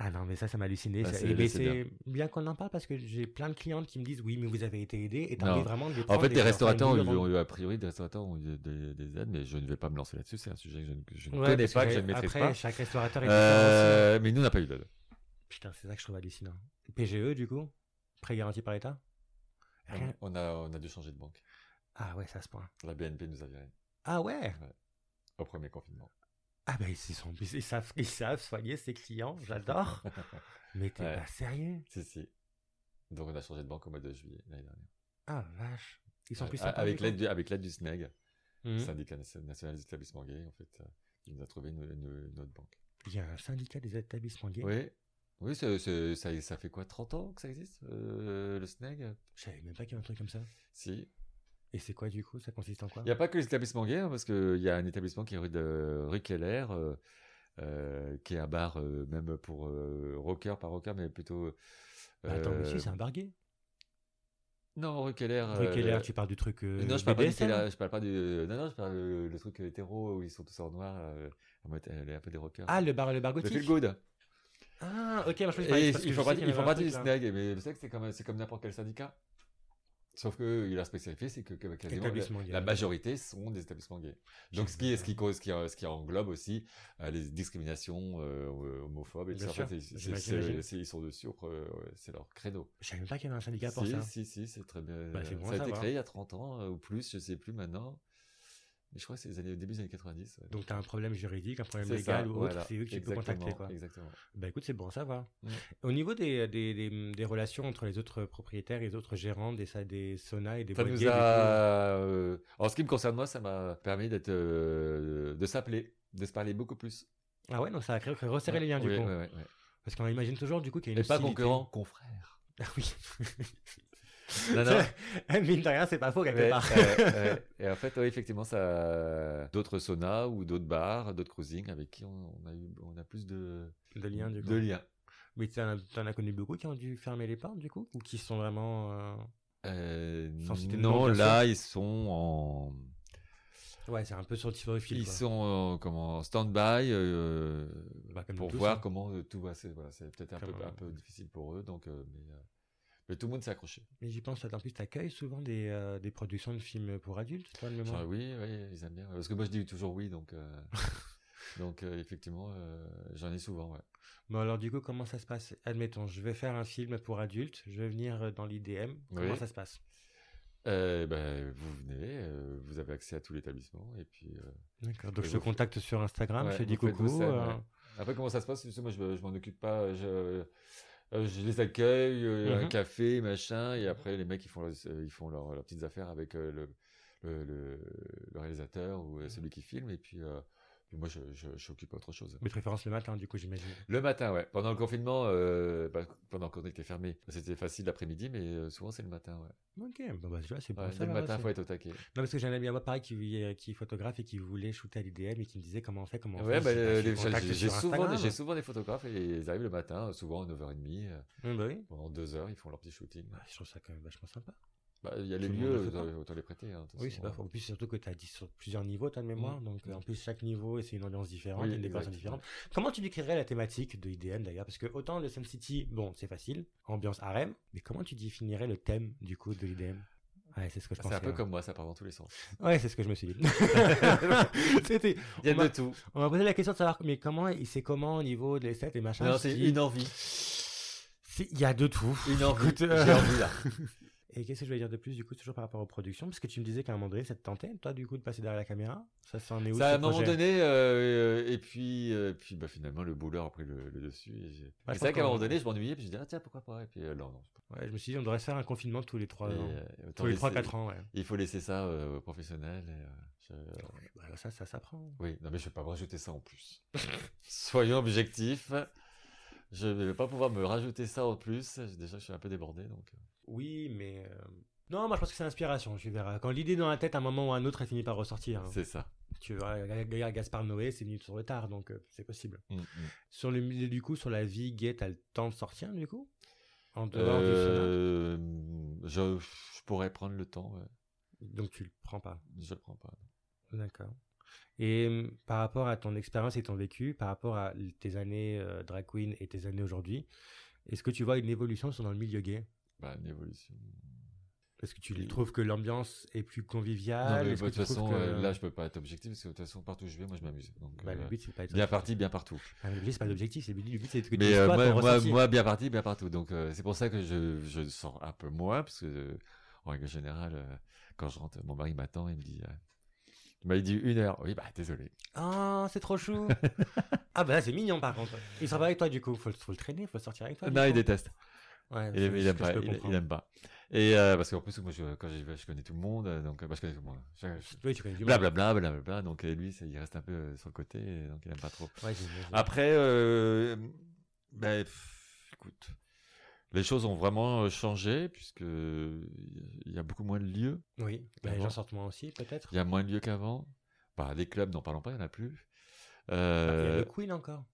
Speaker 1: Ah non, mais ça, ça m'a halluciné.
Speaker 2: Bah,
Speaker 1: ça-
Speaker 2: c'est-
Speaker 1: et- mais
Speaker 2: c'est
Speaker 1: c'est bien qu'on en parle parce que j'ai plein de clientes qui me disent oui, mais vous avez été aidé et t'as
Speaker 2: Non.
Speaker 1: envie vraiment de les
Speaker 2: En
Speaker 1: prendre
Speaker 2: fait,
Speaker 1: et
Speaker 2: les
Speaker 1: leur
Speaker 2: restaurateurs
Speaker 1: faire une
Speaker 2: ont eu,
Speaker 1: boule
Speaker 2: ont eu- a priori, des restaurateurs ont eu des, des aides, mais je ne vais pas me lancer là-dessus. C'est un sujet que je ne, que je ne
Speaker 1: au ventre. Ouais,
Speaker 2: connais
Speaker 1: parce
Speaker 2: pas, que
Speaker 1: j'ai-
Speaker 2: je ne maîtrise
Speaker 1: après,
Speaker 2: pas.
Speaker 1: chaque restaurateur est différent aussi. hein.
Speaker 2: Euh, mais nous, on n'a pas eu d'aide.
Speaker 1: Putain, c'est ça que je trouve hallucinant. PGE, du coup Prêt garanti par l'État Rien.
Speaker 2: On a, on a dû changer de banque.
Speaker 1: Ah ouais, ça se point.
Speaker 2: La BNP nous a virés
Speaker 1: Ah ouais
Speaker 2: au premier confinement.
Speaker 1: Ah bah ils, se sont... ils, ils savent, ils savent soigner ses clients, j'adore. mais t'es
Speaker 2: Ouais.
Speaker 1: pas sérieux
Speaker 2: Si, si. Donc, on a changé de banque au mois de juillet l'année dernière.
Speaker 1: Ah vache. Ils sont
Speaker 2: Ouais,
Speaker 1: plus
Speaker 2: a-
Speaker 1: sympas.
Speaker 2: Euh, avec
Speaker 1: du coup
Speaker 2: l'aide du, avec l'aide du SNEG,
Speaker 1: Mhm.
Speaker 2: syndicat na- national des établissements gays, en fait, euh, il nous a trouvé une, une- une autre banque.
Speaker 1: Il y a un syndicat des établissements gays.
Speaker 2: Oui, oui, c'est- c'est- ça, ça fait quoi, 30 ans que ça existe, euh, le SNEG
Speaker 1: Je savais même pas qu'il y avait un truc comme ça.
Speaker 2: Si.
Speaker 1: Et c'est quoi du coup Ça consiste en quoi
Speaker 2: Il n'y a pas que les établissements gays, hein, parce qu'il y a un établissement qui est rue de rue Keller, euh, euh, qui est un bar euh, même pour euh, rocker, pas rocker, mais plutôt.
Speaker 1: Bah, Attends,
Speaker 2: euh,
Speaker 1: monsieur, c'est un bar gay.
Speaker 2: Non, rue Keller.
Speaker 1: Rue
Speaker 2: euh,
Speaker 1: Keller, tu parles du truc. euh,
Speaker 2: non, je parle pas du
Speaker 1: BDSM?
Speaker 2: Keller, je parle pas du. Non, non, je parle le, le truc euh, hétéro où ils sont tous en noir, euh, en mode, euh, un peu des rockers.
Speaker 1: Ah, le bar, le bar
Speaker 2: le
Speaker 1: gothique.
Speaker 2: feel good.
Speaker 1: Ah, ok, moi je pensais
Speaker 2: Et
Speaker 1: parce que
Speaker 2: ils
Speaker 1: je
Speaker 2: font
Speaker 1: sais
Speaker 2: pas-
Speaker 1: qu'il y
Speaker 2: ils
Speaker 1: avait
Speaker 2: font
Speaker 1: un
Speaker 2: partie du
Speaker 1: truc, là.
Speaker 2: SNEG, mais le SNEG, c'est comme, c'est comme n'importe quel syndicat. Sauf que il a spécifié, c'est que, que quasiment
Speaker 1: Établissement
Speaker 2: la,
Speaker 1: gay.
Speaker 2: la majorité sont des établissements gays. Donc ce qui, ce qui cause, ce qui, ce qui englobe aussi euh, les discriminations euh, homophobes et tout
Speaker 1: Bien
Speaker 2: ça. En
Speaker 1: sûr,
Speaker 2: fait, c'est- c'est-
Speaker 1: j'imagine,
Speaker 2: c'est-
Speaker 1: j'imagine.
Speaker 2: c'est- ils sont dessus, euh, ouais, c'est leur créneau.
Speaker 1: Je savais même pas qu'il y avait un syndicat pour
Speaker 2: Si,
Speaker 1: ça.
Speaker 2: si, si, c'est très bien.
Speaker 1: Bah, c'est bon à
Speaker 2: ça a été
Speaker 1: savoir.
Speaker 2: créé il y a 30 ans euh, ou plus, je sais plus maintenant. Mais je crois que c'est les années- au début des années 90. ouais.
Speaker 1: Donc t'as un problème juridique, un problème
Speaker 2: C'est
Speaker 1: légal
Speaker 2: ça,
Speaker 1: ou
Speaker 2: voilà,
Speaker 1: autre, c'est eux qui peuvent
Speaker 2: exactement,
Speaker 1: contacter quoi.
Speaker 2: Exactement.
Speaker 1: Bah écoute, c'est bon à savoir.
Speaker 2: Mm.
Speaker 1: Au niveau des, des, des, des relations entre les autres propriétaires et les autres gérants des, sa- des saunas et des
Speaker 2: Ça
Speaker 1: boîtes
Speaker 2: nous
Speaker 1: gays, du
Speaker 2: a.
Speaker 1: coup,
Speaker 2: euh, En ce qui me concerne, moi, ça m'a permis d'être, euh, de s'appeler, de se parler beaucoup plus.
Speaker 1: Ah ouais, donc ça a créé, resserré les liens
Speaker 2: Oui,
Speaker 1: du coup.
Speaker 2: ouais, ouais, ouais.
Speaker 1: Parce qu'on imagine toujours du coup qu'il y a
Speaker 2: Et
Speaker 1: une
Speaker 2: pas
Speaker 1: hostilité.
Speaker 2: concurrent, confrère.
Speaker 1: Ah oui. Eh,
Speaker 2: Non, non.
Speaker 1: Mine de rien, c'est pas faux quelque
Speaker 2: Ouais,
Speaker 1: part.
Speaker 2: ouais, ouais. Et en fait, ouais, effectivement, ça, d'autres saunas ou d'autres bars, d'autres cruisings avec qui on, on a eu, on a plus de,
Speaker 1: De liens du coup.
Speaker 2: de liens.
Speaker 1: Mais t'en as- t'en as connu beaucoup qui ont dû fermer les portes du coup Ou qui sont vraiment. euh,
Speaker 2: Euh,
Speaker 1: Sans citer de nom,
Speaker 2: non,
Speaker 1: bien sûr.
Speaker 2: là, ils sont en,
Speaker 1: Ouais, c'est un peu sur le tir au fil.
Speaker 2: ils
Speaker 1: quoi.
Speaker 2: sont en, comment, en stand-by euh,
Speaker 1: Bah, comme
Speaker 2: pour
Speaker 1: nous tous,
Speaker 2: voir
Speaker 1: hein.
Speaker 2: comment euh, tout va. C'est voilà, c'est peut-être un peu,
Speaker 1: Comme, euh,
Speaker 2: un peu difficile pour eux, donc euh, mais, euh, mais tout le monde s'est accroché.
Speaker 1: Mais j'y pense, toi, en plus, t'accueilles souvent des, euh, des productions de films pour adultes, toi, de mémoire.
Speaker 2: Genre, oui, oui, ils aiment bien. Parce que moi, je dis toujours oui, donc euh, donc euh, effectivement, euh, j'en ai souvent. Ouais.
Speaker 1: Bon, alors, du coup, comment ça se passe Admettons, je vais faire un film pour adultes, je vais venir euh, dans l'IDM. Comment
Speaker 2: Oui.
Speaker 1: ça se passe
Speaker 2: Euh, ben, vous venez, euh, vous avez accès à tout l'établissement, et puis euh,
Speaker 1: D'accord. Donc,
Speaker 2: Et
Speaker 1: je
Speaker 2: vous
Speaker 1: te contacte sur Instagram,
Speaker 2: Ouais,
Speaker 1: je te dis
Speaker 2: vous faites vos
Speaker 1: coucou.
Speaker 2: scènes,
Speaker 1: euh,
Speaker 2: ouais. Après, comment ça se passe Justement, je, je m'en occupe pas. Je, euh, je les accueille, euh, un
Speaker 1: Mhm.
Speaker 2: café, machin, et après, les mecs, ils font, leurs- euh, ils font leurs- leurs petites affaires avec euh, le, le, le- le réalisateur
Speaker 1: Mmh
Speaker 2: ou euh, celui qui filme, et puis, euh, puis moi, je, je, je suis occupé à autre chose.
Speaker 1: Mais de préférence le matin, du coup, j'imagine.
Speaker 2: Le matin, ouais. Pendant le confinement, euh, bah, pendant qu'on était fermé, c'était facile l'après-midi, mais euh, souvent, c'est le matin, ouais.
Speaker 1: Ok, bon, bah, tu vois, c'est bon.
Speaker 2: Ouais,
Speaker 1: ça,
Speaker 2: dès le
Speaker 1: là,
Speaker 2: matin,
Speaker 1: c'est-
Speaker 2: faut être au taquet.
Speaker 1: Non, parce que j'ai un ami à moi, pareil, qui, euh, qui est photographe et qui voulait shooter à l'IDM et qui me disait comment on fait, comment on
Speaker 2: Ouais,
Speaker 1: fait.
Speaker 2: bah,
Speaker 1: Je dis,
Speaker 2: euh,
Speaker 1: je te
Speaker 2: les-
Speaker 1: contacte
Speaker 2: j'ai- j'ai
Speaker 1: sur
Speaker 2: souvent,
Speaker 1: Instagram.
Speaker 2: des- j'ai souvent des photographes et ils arrivent le matin, souvent à 9h30. euh,
Speaker 1: Ouais, bah oui.
Speaker 2: Pendant deux heures, ils font leur petit shooting.
Speaker 1: Ouais, je trouve ça quand même vachement sympa.
Speaker 2: Bah, Il y a les
Speaker 1: Tout le monde le
Speaker 2: lieux,
Speaker 1: fait
Speaker 2: autant,
Speaker 1: pas.
Speaker 2: autant les prêter. hein, de toute
Speaker 1: Oui,
Speaker 2: façon,
Speaker 1: c'est pas
Speaker 2: hein.
Speaker 1: faux. En plus, surtout que tu as dit sur plusieurs niveaux, tu as de mémoire. Donc, euh, en
Speaker 2: Mm.
Speaker 1: plus, chaque niveau, c'est une ambiance différente,
Speaker 2: Oui,
Speaker 1: une décoration
Speaker 2: exact.
Speaker 1: différente. Comment tu décrirais la thématique de IDM d'ailleurs Parce que autant le Sun City, bon, c'est facile, ambiance harem, mais comment tu définirais le thème du coup de l'IDM Ouais, c'est ce que je
Speaker 2: Ah, C'est
Speaker 1: pensais.
Speaker 2: un peu
Speaker 1: hein.
Speaker 2: comme moi, ça part dans tous les sens.
Speaker 1: Ouais, c'est ce que je me suis dit. C'était.
Speaker 2: Il y a
Speaker 1: on m'a-
Speaker 2: de tout.
Speaker 1: On m'a posé la question de savoir, mais comment, et c'est comment au niveau des sets et machin
Speaker 2: Non,
Speaker 1: je
Speaker 2: c'est
Speaker 1: dis-
Speaker 2: une envie.
Speaker 1: C'est- Il y a de tout.
Speaker 2: Une envie.
Speaker 1: Écoute,
Speaker 2: J'ai
Speaker 1: euh,
Speaker 2: envie là.
Speaker 1: Et qu'est-ce que je voulais dire de plus, du coup, toujours par rapport aux productions Parce que tu me disais qu'à un moment donné, ça te tentait, toi, du coup, de passer derrière la caméra Ça, s'en est où
Speaker 2: Ça, à
Speaker 1: ce
Speaker 2: un moment
Speaker 1: projet
Speaker 2: donné, euh, et puis, euh, puis bah, finalement, le bouleur a pris le, le dessus. et j'ai-
Speaker 1: Bah, je
Speaker 2: c'est vrai
Speaker 1: pense
Speaker 2: qu'à un
Speaker 1: qu'on-
Speaker 2: moment donné, je m'ennuyais, puis je disais, ah tiens, pourquoi pas Et puis, euh, non, non.
Speaker 1: Ouais, je me suis dit, on devrait faire un confinement tous les trois
Speaker 2: Et,
Speaker 1: ans.
Speaker 2: euh, autant
Speaker 1: Tous les
Speaker 2: laisser-
Speaker 1: 3-4 ans, ouais.
Speaker 2: Il faut laisser ça euh, aux professionnels. et, euh, je-
Speaker 1: Ouais,
Speaker 2: ben,
Speaker 1: bah, ça, ça s'apprend.
Speaker 2: Oui, non, mais je vais pas me rajouter ça en plus. Soyons objectifs. Je ne vais pas pouvoir me rajouter ça en plus. Déjà, je suis un peu débordé, donc. euh,
Speaker 1: Oui, mais. euh, Non, moi je pense que c'est l'inspiration, tu verras. Quand l'idée est dans la tête, à un moment ou à un autre, elle finit par ressortir. hein.
Speaker 2: C'est ça.
Speaker 1: Tu vois, Ga- Gaspard Noé, c'est venu sur le tard, donc euh, c'est possible.
Speaker 2: Mm, mm.
Speaker 1: Sur le milieu du coup, sur la vie, Gay, t'as le temps de sortir du coup En dehors du
Speaker 2: Euh, je, je pourrais prendre le temps. ouais.
Speaker 1: cinéma Donc tu le prends pas.
Speaker 2: Je le prends pas.
Speaker 1: D'accord. Et hum, par rapport à ton expérience et ton vécu, par rapport à l- tes années euh, drag queen et tes années aujourd'hui, est-ce que tu vois une évolution sur dans le milieu gay
Speaker 2: Bah, une évolution.
Speaker 1: Est-ce que tu
Speaker 2: Oui.
Speaker 1: trouves que l'ambiance est plus
Speaker 2: Non,
Speaker 1: conviviale
Speaker 2: mais
Speaker 1: Ah, Est-ce
Speaker 2: bah, de
Speaker 1: que tu
Speaker 2: toute façon,
Speaker 1: trouves que-
Speaker 2: euh, là, je peux pas être objectif parce que de toute façon, partout où je vais, moi, je m'amuse. Donc,
Speaker 1: Bah,
Speaker 2: euh,
Speaker 1: le but, c'est pas être
Speaker 2: bien parti, bien partout.
Speaker 1: Ah, mais le but, c'est pas l'objectif, c'est le but, le but, c'est que tu
Speaker 2: Mais
Speaker 1: dises
Speaker 2: euh,
Speaker 1: pas
Speaker 2: moi,
Speaker 1: ton
Speaker 2: moi,
Speaker 1: ressenti.
Speaker 2: moi, bien parti, bien partout. Donc, euh, c'est pour ça que je, je sens un peu moins parce que, euh, en règle générale, euh, quand je rentre, mon mari m'attend, il me dit. euh, il m'a dit une heure. Oui, bah, désolé.
Speaker 1: Ah, c'est trop chou. ah, bah là, c'est mignon par contre. Il sera pas avec toi du coup, faut, le- faut le traîner, faut le sortir avec toi. du
Speaker 2: non, il
Speaker 1: coup.
Speaker 2: déteste.
Speaker 1: Ouais,
Speaker 2: Il,
Speaker 1: Ah, c'est
Speaker 2: aime- il
Speaker 1: ce
Speaker 2: aime
Speaker 1: que je
Speaker 2: pas.
Speaker 1: peux
Speaker 2: Il, il
Speaker 1: comprendre.
Speaker 2: aime pas. Et euh, parce qu'en plus, moi, je, quand j'y vais, je connais tout le monde. euh, Donc, euh, bah, je connais tout le monde. Je- je-
Speaker 1: Oui, tu connais du monde.
Speaker 2: Blablabla, blablabla. Donc, euh, lui, c'est- il reste un peu euh, sur le côté. et Donc, il aime pas trop.
Speaker 1: Ouais, j'imagine.
Speaker 2: Après, euh, ben, pff, écoute, les choses ont vraiment euh, changé puisque euh, il y a beaucoup moins de lieux.
Speaker 1: oui, bah, les
Speaker 2: Avant.
Speaker 1: gens sortent moins aussi, peut-être.
Speaker 2: Il y a moins de lieux qu'avant. Bah, les clubs, n'en parlons pas, il n'y en a plus.
Speaker 1: Ah, Il y a
Speaker 2: Euh,
Speaker 1: le Queen encore.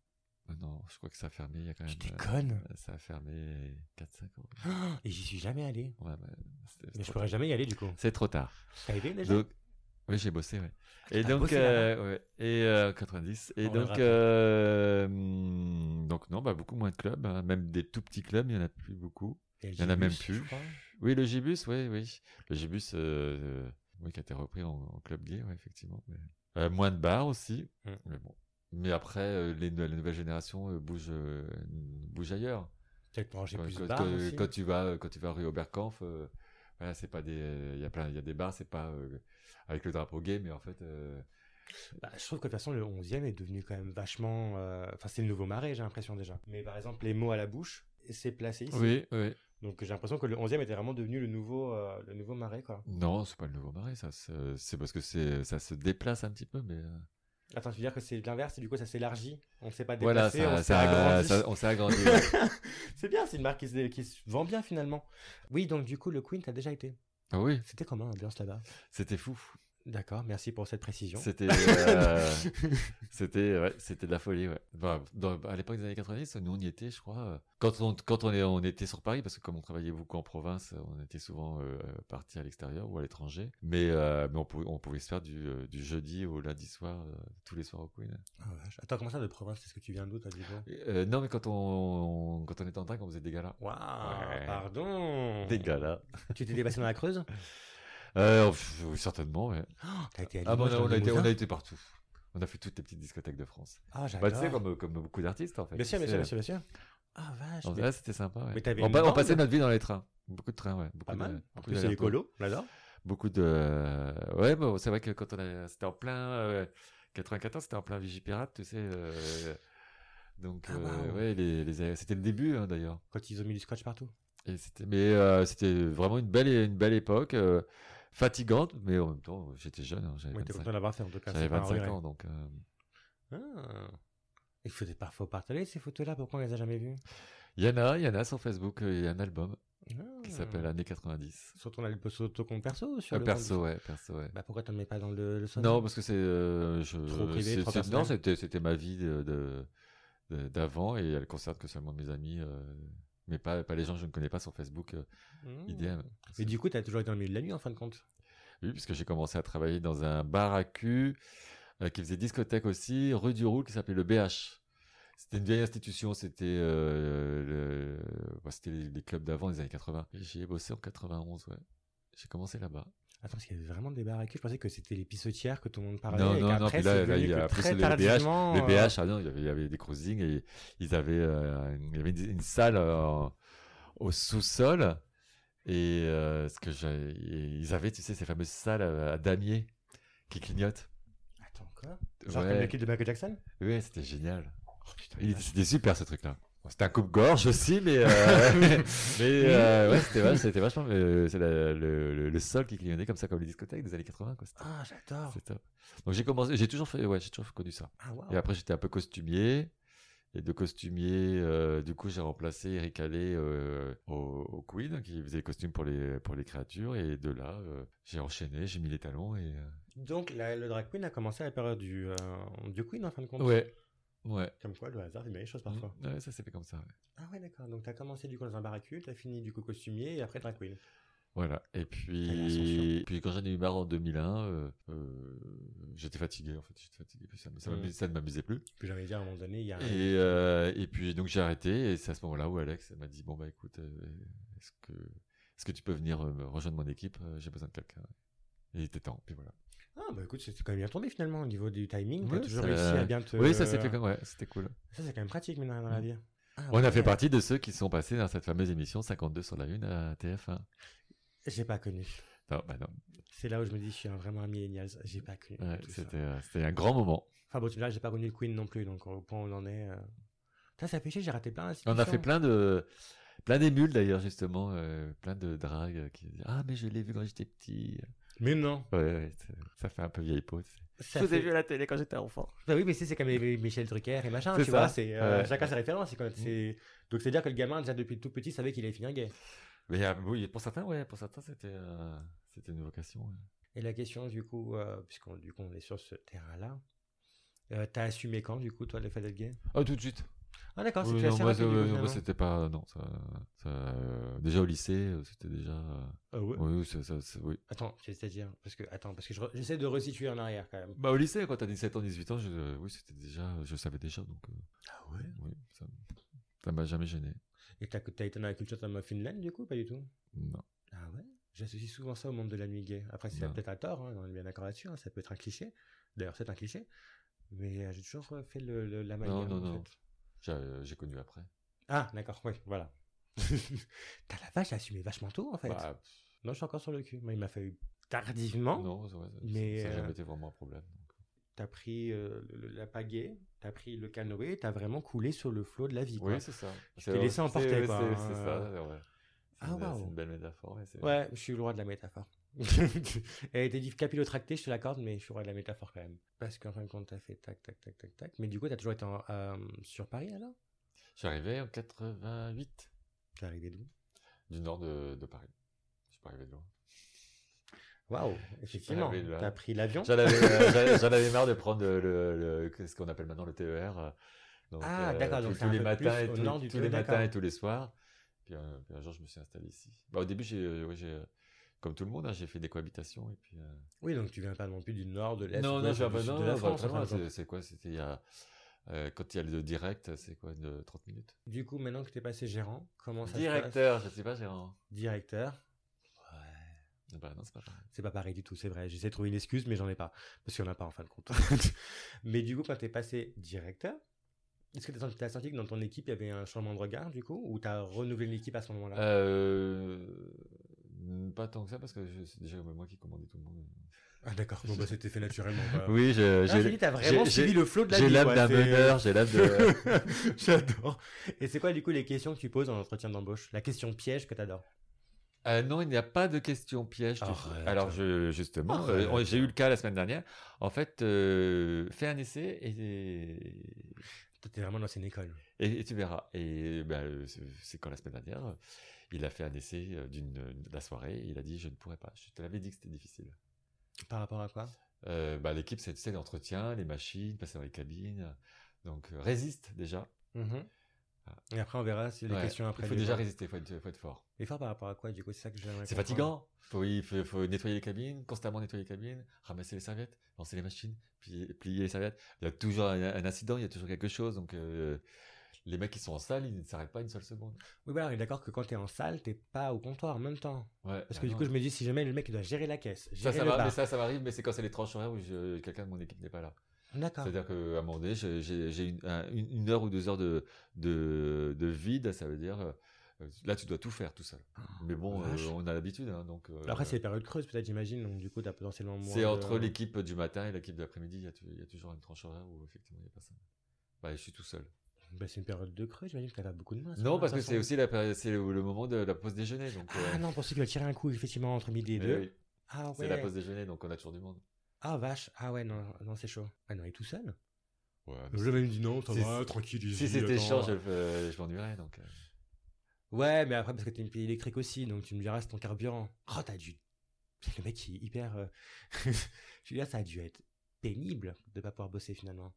Speaker 2: euh, Non, je crois que ça a fermé. Il y a quand
Speaker 1: Tu
Speaker 2: même. euh,
Speaker 1: déconnes.
Speaker 2: Ça a fermé 4-5 ans.
Speaker 1: Ah, Et j'y suis jamais allé.
Speaker 2: Ouais, bah, c'était-
Speaker 1: Mais
Speaker 2: c'est
Speaker 1: je
Speaker 2: trop
Speaker 1: pourrais jamais y aller du coup.
Speaker 2: tard. C'est trop tard.
Speaker 1: T'as aidé déjà
Speaker 2: Donc, oui, j'ai bossé, ouais. Et
Speaker 1: Ah, t'as
Speaker 2: donc,
Speaker 1: bossé là-bas
Speaker 2: euh, ouais. et euh, 90. Et
Speaker 1: On
Speaker 2: donc,
Speaker 1: reviendra.
Speaker 2: euh, hmm, donc non, bah, beaucoup moins de clubs, hein. même des tout petits clubs, il n'y en a plus beaucoup.
Speaker 1: Il
Speaker 2: Il n'y en a même plus. Oui, le Gibus, oui, oui. Le Gibus, euh, euh, oui, qui a été repris en, en club gay, ouais, effectivement. mais- Euh, moins de bars aussi.
Speaker 1: Mm.
Speaker 2: Mais bon. Mais après, euh, les, nou- la nouvelle génération euh, bouge, euh, bouge ailleurs.
Speaker 1: Peut-être manger
Speaker 2: Quand,
Speaker 1: plus de
Speaker 2: quand-
Speaker 1: bars
Speaker 2: quand-
Speaker 1: aussi. hein.
Speaker 2: quand tu vas, quand tu vas rue Oberkampf, euh, voilà, c'est pas des, euh, il y a plein, il y a des bars, c'est pas euh, avec le drapeau gay, mais en fait, euh,
Speaker 1: Bah, je trouve que de toute façon, le 11e est devenu quand même vachement. euh, Enfin, c'est le nouveau marais, j'ai l'impression déjà. Mais par exemple, les mots à la bouche, c'est placé ici.
Speaker 2: oui, oui.
Speaker 1: Donc j'ai l'impression que le 11e était vraiment devenu le nouveau, euh, le nouveau marais, quoi.
Speaker 2: Non, c'est pas le nouveau marais, ça, c'est c'est parce que c'est, ça se déplace un petit peu, mais euh,
Speaker 1: Attends, tu veux dire que c'est l'inverse, et du coup ça s'élargit On ne s'est pas
Speaker 2: voilà,
Speaker 1: déplacé,
Speaker 2: ça,
Speaker 1: on s'est
Speaker 2: ça-
Speaker 1: agrandi.
Speaker 2: ça- on s'est agrandi. ouais.
Speaker 1: c'est bien, c'est une marque qui se, qui se vend bien finalement. Oui, donc du coup, le Queen, t'as déjà été.
Speaker 2: Ah oui,
Speaker 1: C'était comment l'ambiance là-bas
Speaker 2: c'était fou.
Speaker 1: D'accord, merci pour cette précision.
Speaker 2: C'était, euh, c'était, ouais, c'était de la folie, ouais. Bah, dans- à l'époque des années 90, nous on y était, je crois. euh, Quand on, quand on est, on était sur Paris, parce que comme on travaillait beaucoup en province, on était souvent euh, partis à l'extérieur ou à l'étranger. Mais, euh, mais on pouvait, on pouvait se faire du, euh, du jeudi au lundi soir, euh, tous les soirs au Queen.
Speaker 1: Ah, vache. Attends, comment ça de province Est-ce que tu viens d'où, toi, du coup
Speaker 2: Et, euh, non, mais quand on, on- quand on était en train, on faisait des galas.
Speaker 1: Waouh,
Speaker 2: Ouais.
Speaker 1: pardon
Speaker 2: Des galas.
Speaker 1: Tu t'es dépassé dans la Creuse
Speaker 2: Euh, pff, certainement, ouais.
Speaker 1: Oh, T'as été à
Speaker 2: Ah, bon,
Speaker 1: Limoges,
Speaker 2: on,
Speaker 1: dans
Speaker 2: a, on
Speaker 1: le
Speaker 2: a été, on
Speaker 1: Limousin
Speaker 2: a été partout. On a fait toutes les petites discothèques de France.
Speaker 1: Ah,
Speaker 2: Bah,
Speaker 1: j'adore.
Speaker 2: tu sais, comme, comme beaucoup d'artistes, en fait.
Speaker 1: Bien sûr, bien
Speaker 2: C'est-
Speaker 1: sûr, bien sûr, bien sûr. Ah, vache.
Speaker 2: Donc
Speaker 1: mais
Speaker 2: là, c'était sympa. ouais.
Speaker 1: mais t'avais
Speaker 2: on,
Speaker 1: une
Speaker 2: pa- on
Speaker 1: bande
Speaker 2: passait notre vie dans les trains. Beaucoup de trains, ouais. Beaucoup
Speaker 1: Pas
Speaker 2: de-
Speaker 1: mal. En
Speaker 2: beaucoup
Speaker 1: plus, c'est
Speaker 2: d'allers-retours.
Speaker 1: écolo, j'adore.
Speaker 2: Beaucoup de. Ouais, bon, c'est vrai que quand on a... c'était en plein. euh, 94, c'était en plein Vigipirate, tu sais. euh, Donc,
Speaker 1: Ah,
Speaker 2: euh,
Speaker 1: waouh.
Speaker 2: ouais, les, les- c'était le début, hein, d'ailleurs.
Speaker 1: Quand ils ont mis du scotch partout.
Speaker 2: Et c'était... Mais euh, c'était vraiment une belle, une belle époque. euh, fatigante, mais en même temps, j'étais jeune. hein, j'avais
Speaker 1: Ouais, t'es
Speaker 2: 25
Speaker 1: content d'avoir fait, en tout cas.
Speaker 2: j'avais
Speaker 1: c'est pas un
Speaker 2: 25
Speaker 1: regret.
Speaker 2: ans, donc. euh,
Speaker 1: Ah. Il faut des parfois partager ces photos-là, pourquoi on les a jamais vues
Speaker 2: Il y en a, il y en a sur Facebook, euh, il y a un album qui
Speaker 1: Ah.
Speaker 2: s'appelle Années 90.
Speaker 1: Sur ton, al- sur ton compte perso ou sur
Speaker 2: Euh,
Speaker 1: le
Speaker 2: perso,
Speaker 1: compte-
Speaker 2: ouais, perso, ouais.
Speaker 1: Bah pourquoi t'en mets pas dans le, hein le sommaire
Speaker 2: Non, parce que c'est. euh, je-
Speaker 1: Trop privé,
Speaker 2: c'est-
Speaker 1: trop
Speaker 2: c'est-
Speaker 1: personnel.
Speaker 2: Non, c'était, c'était ma vie de, de- de- d'avant et elle concerne que seulement mes amis, euh, mais pas, pas les gens que je ne connais pas sur Facebook, euh,
Speaker 1: Mmh.
Speaker 2: idem.
Speaker 1: Mais du coup, t'as toujours été dans le milieu de la nuit en fin de compte.
Speaker 2: Oui, puisque j'ai commencé à travailler dans un bar à cul euh, qui faisait discothèque aussi, rue du Roule, qui s'appelait le BH. C'était une vieille institution, c'était, euh, le- bah, c'était les, les clubs d'avant, les années 80. Et J'y ai bossé en 91, ouais. J'ai commencé là-bas.
Speaker 1: Attends, parce qu'il y avait vraiment des barres à cul. Je pensais que c'était les pissotières que tout le monde parlait.
Speaker 2: Non,
Speaker 1: et
Speaker 2: non, non,
Speaker 1: qu'après,
Speaker 2: puis là,
Speaker 1: c'est
Speaker 2: là,
Speaker 1: devenu
Speaker 2: il y a-
Speaker 1: que
Speaker 2: après,
Speaker 1: très
Speaker 2: c'est le BH,
Speaker 1: tardivement,
Speaker 2: Le
Speaker 1: euh,
Speaker 2: BH, ah non, il y avait, il y avait des cruisings et ils avaient, euh, il y avait une, une salle euh, au sous-sol Et euh, ce que j'ai- et ils avaient, tu sais, ces fameuses salles euh, à, à damier qui clignotent.
Speaker 1: Attends, quoi Genre comme le
Speaker 2: Ouais,
Speaker 1: clip de Michael Jackson
Speaker 2: ouais c'était génial.
Speaker 1: Oh putain,
Speaker 2: Il-
Speaker 1: la vache.
Speaker 2: C'était super ce truc-là. Bon, C'était un coupe-gorge aussi, mais, euh, mais euh, ouais, c'était vach- c'était vachement. euh, c'est la- le, le- le sol qui clignotait comme ça, comme les discothèques des années 80. Quoi. C'était-
Speaker 1: Ah, j'adore
Speaker 2: c'est top. Donc j'ai commencé, j'ai toujours fait, ouais, j'ai toujours connu ça.
Speaker 1: Ah, waouh
Speaker 2: Et après j'étais un peu costumier. Et de costumier, euh, du coup j'ai remplacé Eric Allais euh, au, au Queen qui faisait les costumes pour les pour les créatures. Et de là euh, j'ai enchaîné, j'ai mis les talons et euh,
Speaker 1: Donc, la- le drag queen a commencé à la période du, euh, du queen, en fin de compte
Speaker 2: ouais ouais.
Speaker 1: Comme quoi, le hasard, il met les choses parfois.
Speaker 2: Mm. Ouais, ça s'est fait comme ça. ouais.
Speaker 1: Ah ouais, d'accord. Donc, t'as commencé du coup dans un barracule, t'as fini du coup costumier et après drag queen.
Speaker 2: Voilà. Et
Speaker 1: l'ascension.
Speaker 2: puis, puis quand j'en ai eu marre en 2001, euh, euh, j'étais fatigué en fait. J'étais fatigué. puis ça, ça
Speaker 1: Mm.
Speaker 2: m'amusait- ça ne m'amusait plus.
Speaker 1: Puis j'avais dit à un moment donné, il y a...
Speaker 2: Et, euh, et puis donc j'ai arrêté et c'est à ce moment-là où Alex m'a dit bon bah écoute euh, est-ce que est-ce que tu peux venir euh, me rejoindre mon équipe Euh, j'ai besoin de quelqu'un et il était temps puis voilà
Speaker 1: Ah bah écoute, c'était quand même bien tombé finalement au niveau du timing. T'as
Speaker 2: Ouais,
Speaker 1: toujours
Speaker 2: ça-
Speaker 1: réussi à bien te...
Speaker 2: oui ça s'est fait comme ouais c'était cool
Speaker 1: Ça, c'est quand même pratique maintenant dans la vie. Ah
Speaker 2: on a fait
Speaker 1: ouais.
Speaker 2: partie de ceux qui sont passés dans cette fameuse émission 52 sur la une à TF1
Speaker 1: J'ai pas connu.
Speaker 2: non bah non
Speaker 1: C'est là où je me dis, je suis un- vraiment un millennial. J'ai pas connu.
Speaker 2: Ouais,
Speaker 1: tout ça.
Speaker 2: c'était euh, c'était un grand moment
Speaker 1: Enfin bon, tu vois, j'ai pas connu le Queen non plus, donc au point où on en est. euh. Putain, ça fait chier, j'ai raté plein
Speaker 2: on a
Speaker 1: d'institutions.
Speaker 2: fait plein de plein d'émules d'ailleurs justement euh, plein de dragues euh, qui ah mais je l'ai vu quand j'étais petit
Speaker 1: Mais non.
Speaker 2: ouais, ouais, c'est- ça fait un peu vieille peau tu sais.
Speaker 1: Ça
Speaker 2: Je vous ai
Speaker 1: fait-
Speaker 2: vu à la télé quand j'étais enfant
Speaker 1: Bah oui, mais c'est c'est comme les- Michel Drucker et machin,
Speaker 2: C'est
Speaker 1: tu
Speaker 2: ça.
Speaker 1: vois. C'est euh,
Speaker 2: Ouais. Mm.
Speaker 1: chacun ses références. c'est quand- c'est- Donc c'est à dire que le gamin déjà depuis tout petit savait qu'il allait finir gay.
Speaker 2: Mais euh, oui, pour certains, ouais, pour certains, c'était euh, c'était une vocation. ouais.
Speaker 1: Et la question du coup, euh, puisqu'on du coup on est sur ce terrain-là, euh, t'as assumé quand du coup toi le fait d'être gay
Speaker 2: Ah, tout de suite.
Speaker 1: Ah d'accord,
Speaker 2: Oui,
Speaker 1: c'était
Speaker 2: non,
Speaker 1: assez
Speaker 2: moi,
Speaker 1: rapide.
Speaker 2: ça,
Speaker 1: du coup,
Speaker 2: ouais, non, moi,
Speaker 1: finalement.
Speaker 2: c'était pas. euh, Non, ça, ça, euh, déjà au lycée, euh, c'était déjà. euh,
Speaker 1: Ah ouais.
Speaker 2: oui, ça, ça, ça- oui.
Speaker 1: Attends, c'est-à-dire parce que attends parce que je re- j'essaie de resituer en arrière quand même.
Speaker 2: Bah, au lycée, quand t'as 17 ans, 18 ans, je, euh, oui, c'était déjà. Je savais déjà, donc. euh,
Speaker 1: Ah ouais.
Speaker 2: oui, ça ça m'a jamais gêné.
Speaker 1: Et t'as t'as été dans la culture de la Finlande du coup pas du tout
Speaker 2: Non.
Speaker 1: Ah ouais J'associe souvent ça au monde de la nuit gay. Après, c'est
Speaker 2: Non.
Speaker 1: peut-être à tort, hein, on est bien d'accord là-dessus, hein, ça peut être un cliché. D'ailleurs, c'est un cliché. Mais euh, j'ai toujours euh, fait le, le- la manière.
Speaker 2: Non, non, non. J'ai euh, j'ai connu après.
Speaker 1: Ah, d'accord, oui, voilà. T'as la vache, j'ai assumé vachement tôt, en fait.
Speaker 2: Bah, pff,
Speaker 1: Non, je suis encore sur le cul. Moi, il m'a fallu tardivement.
Speaker 2: non, ça, ouais, ça-
Speaker 1: Mais,
Speaker 2: ça n'a jamais
Speaker 1: euh,
Speaker 2: été vraiment un problème.
Speaker 1: T'as pris euh, le- la pagaie, t'as pris le canoë, t'as vraiment coulé sur le flot de la vie, quoi.
Speaker 2: Oui, c'est ça.
Speaker 1: t'es
Speaker 2: C'est-
Speaker 1: laissé emporter,
Speaker 2: c'est-
Speaker 1: quoi,
Speaker 2: C'est
Speaker 1: hein.
Speaker 2: c'est ça, ouais. C'est
Speaker 1: Ah,
Speaker 2: une-
Speaker 1: waouh.
Speaker 2: C'est une belle métaphore. ouais, c'est-
Speaker 1: Ouais, Euh, je suis le roi de la métaphore. Elle était dit capillotractée, je te l'accorde, mais je suis le roi de la métaphore quand même. Parce qu'en fin de compte, t'as fait tac, tac, tac, tac, tac. Mais du coup, t'as toujours été en- euh, sur Paris alors
Speaker 2: Je suis arrivé en 88
Speaker 1: T'es arrivé d'où
Speaker 2: du nord de, de Paris. Je suis pas arrivé de loin.
Speaker 1: Waouh, effectivement.
Speaker 2: arrivé de là.
Speaker 1: T'as pris l'avion
Speaker 2: J'en avais, euh, j'en- j'en avais marre de prendre le, le- ce qu'on appelle maintenant le TER. euh, donc,
Speaker 1: Ah, d'accord,
Speaker 2: tous-
Speaker 1: donc c'est
Speaker 2: tous
Speaker 1: un
Speaker 2: les
Speaker 1: peu
Speaker 2: matins
Speaker 1: plus
Speaker 2: et
Speaker 1: au
Speaker 2: tous,
Speaker 1: nord du
Speaker 2: tous
Speaker 1: tout,
Speaker 2: les
Speaker 1: d'accord.
Speaker 2: matins et tous les soirs. Puis, un- puis un jour, je me suis installé ici. Bah, au début, j'ai, euh, ouais, j'ai, euh, comme tout le monde, hein, j'ai fait des cohabitations. Et puis, euh,
Speaker 1: Oui, donc tu viens pas non plus du nord, de l'est,
Speaker 2: non,
Speaker 1: de
Speaker 2: non,
Speaker 1: l'ouest,
Speaker 2: je vais
Speaker 1: du
Speaker 2: pas-
Speaker 1: sud
Speaker 2: non,
Speaker 1: de la
Speaker 2: non,
Speaker 1: France.
Speaker 2: pas
Speaker 1: en fin de
Speaker 2: loin,
Speaker 1: compte.
Speaker 2: c'est, c'est quoi C'était il y a, euh, quand il y a le direct, c'est quoi de 30 minutes
Speaker 1: Du coup, maintenant que t'es passé gérant, comment ça se passe
Speaker 2: Directeur, je sais pas, gérant.
Speaker 1: Directeur.
Speaker 2: Bah, non, c'est pas pareil.
Speaker 1: C'est pas pareil du tout, c'est vrai. J'essaie de trouver une excuse, mais j'en ai pas. Parce qu'il n'y en a pas en fin de compte. mais du coup, quand t'es passé directeur, est-ce que t'as senti, t'as senti que dans ton équipe, il y avait un changement de regard, du coup Ou t'as renouvelé l'équipe à ce moment-là
Speaker 2: Euh, pas tant que ça parce que je- c'est déjà moi qui commandais tout le monde.
Speaker 1: Ah, d'accord. Bon, bah, c'était fait naturellement. quoi.
Speaker 2: Oui, je-
Speaker 1: Ah, j'ai dit,
Speaker 2: j'ai
Speaker 1: t'as vraiment
Speaker 2: j'ai-
Speaker 1: suivi le flot de la vie.
Speaker 2: j'ai l'âme
Speaker 1: quoi,
Speaker 2: d'un
Speaker 1: c'est-
Speaker 2: meneur, j'ai l'âme de.
Speaker 1: J'adore. Et c'est quoi, du coup, les questions que tu poses en entretien d'embauche La question piège que t'adores
Speaker 2: Euh, non, il n'y a pas de question piège. du tout.
Speaker 1: Arrête.
Speaker 2: Alors je, justement,
Speaker 1: Arrête.
Speaker 2: euh, j'ai eu le cas la semaine dernière. En fait, euh, fais un essai et,
Speaker 1: Toi, T'es vraiment dans une école.
Speaker 2: et, et tu verras. Et ben, euh, c'est- c'est quand la semaine dernière, euh, il a fait un essai euh, d'une de la soirée. et il a dit je ne pourrais pas. Je te l'avais dit que c'était difficile.
Speaker 1: Par rapport à quoi
Speaker 2: Euh, bah, l'équipe, c'est tu sais, l'entretien, les machines, passer dans les cabines. Donc, euh, résiste déjà.
Speaker 1: Mm-hmm. Ah. Et après, on verra si les
Speaker 2: Ouais.
Speaker 1: questions après.
Speaker 2: Il faut
Speaker 1: les
Speaker 2: déjà
Speaker 1: gens.
Speaker 2: résister, il faut être, faut être fort.
Speaker 1: Et fort par rapport à quoi, du coup C'est ça que j'aimerais
Speaker 2: C'est
Speaker 1: comprendre.
Speaker 2: fatigant. Faut, il faut, faut nettoyer les cabines, constamment nettoyer les cabines, ramasser les serviettes, lancer les machines, plier, plier les serviettes. Il y a toujours un, un incident, il y a toujours quelque chose. Donc, euh, les mecs qui sont en salle, ils ne s'arrêtent pas une seule seconde.
Speaker 1: Oui, voilà, on est d'accord que quand t'es en salle, t'es pas au comptoir en même temps.
Speaker 2: Ouais,
Speaker 1: Parce
Speaker 2: ah
Speaker 1: que du
Speaker 2: non.
Speaker 1: coup, je me dis, si jamais le mec il doit gérer la caisse, gérer
Speaker 2: ça, ça
Speaker 1: le
Speaker 2: va,
Speaker 1: bar.
Speaker 2: mais ça, ça m'arrive, mais c'est quand c'est les tranches horaires où je- quelqu'un de mon équipe n'est pas là.
Speaker 1: D'accord.
Speaker 2: C'est-à-dire qu'à un moment donné, j'ai- j'ai j'ai une, un- une- une heure ou deux heures de, de, de vide, ça veut dire euh, Euh, Là, tu dois tout faire tout seul. Mais bon, euh,
Speaker 1: Ah, vache.
Speaker 2: on a l'habitude, hein, donc. euh,
Speaker 1: Après, c'est les périodes creuses, peut-être, j'imagine. Donc, du coup, t'as potentiellement moins.
Speaker 2: c'est
Speaker 1: de-
Speaker 2: entre l'équipe du matin et l'équipe de l'après-midi. Il y a tu- il y, a toujours une tranche horaire où effectivement il n'y a personne. Bah, je suis tout seul.
Speaker 1: Bah, c'est une période de creux, j'imagine que t'as pas beaucoup de mains. à ce
Speaker 2: Non,
Speaker 1: moment-là,
Speaker 2: parce
Speaker 1: de
Speaker 2: que
Speaker 1: toute
Speaker 2: c'est
Speaker 1: façon.
Speaker 2: aussi la période- c'est le, le moment de la pause déjeuner. Donc,
Speaker 1: Ah
Speaker 2: euh,
Speaker 1: non, pour ceux qui veulent tirer un coup, effectivement, entre midi et
Speaker 2: eh
Speaker 1: deux.
Speaker 2: oui,
Speaker 1: Ah ouais.
Speaker 2: c'est la pause déjeuner, donc on a toujours du monde.
Speaker 1: Ah vache. Ah ouais, non, non c'est chaud. Ah non, et tout seul
Speaker 2: Ouais, mais
Speaker 1: Je même dit non, ça
Speaker 2: Si-
Speaker 1: va, tranquille.
Speaker 2: si
Speaker 1: easy,
Speaker 2: c'était
Speaker 1: attends.
Speaker 2: chiant, je, euh, je m'ennuierais. Donc, euh.
Speaker 1: Ouais, mais après, parce que t'es une pile électrique aussi, donc tu me diras, c'est ton carburant. Oh, t'as dû. Le mec, il est hyper. euh, Je veux dire, ça a dû être pénible de pas pouvoir bosser finalement.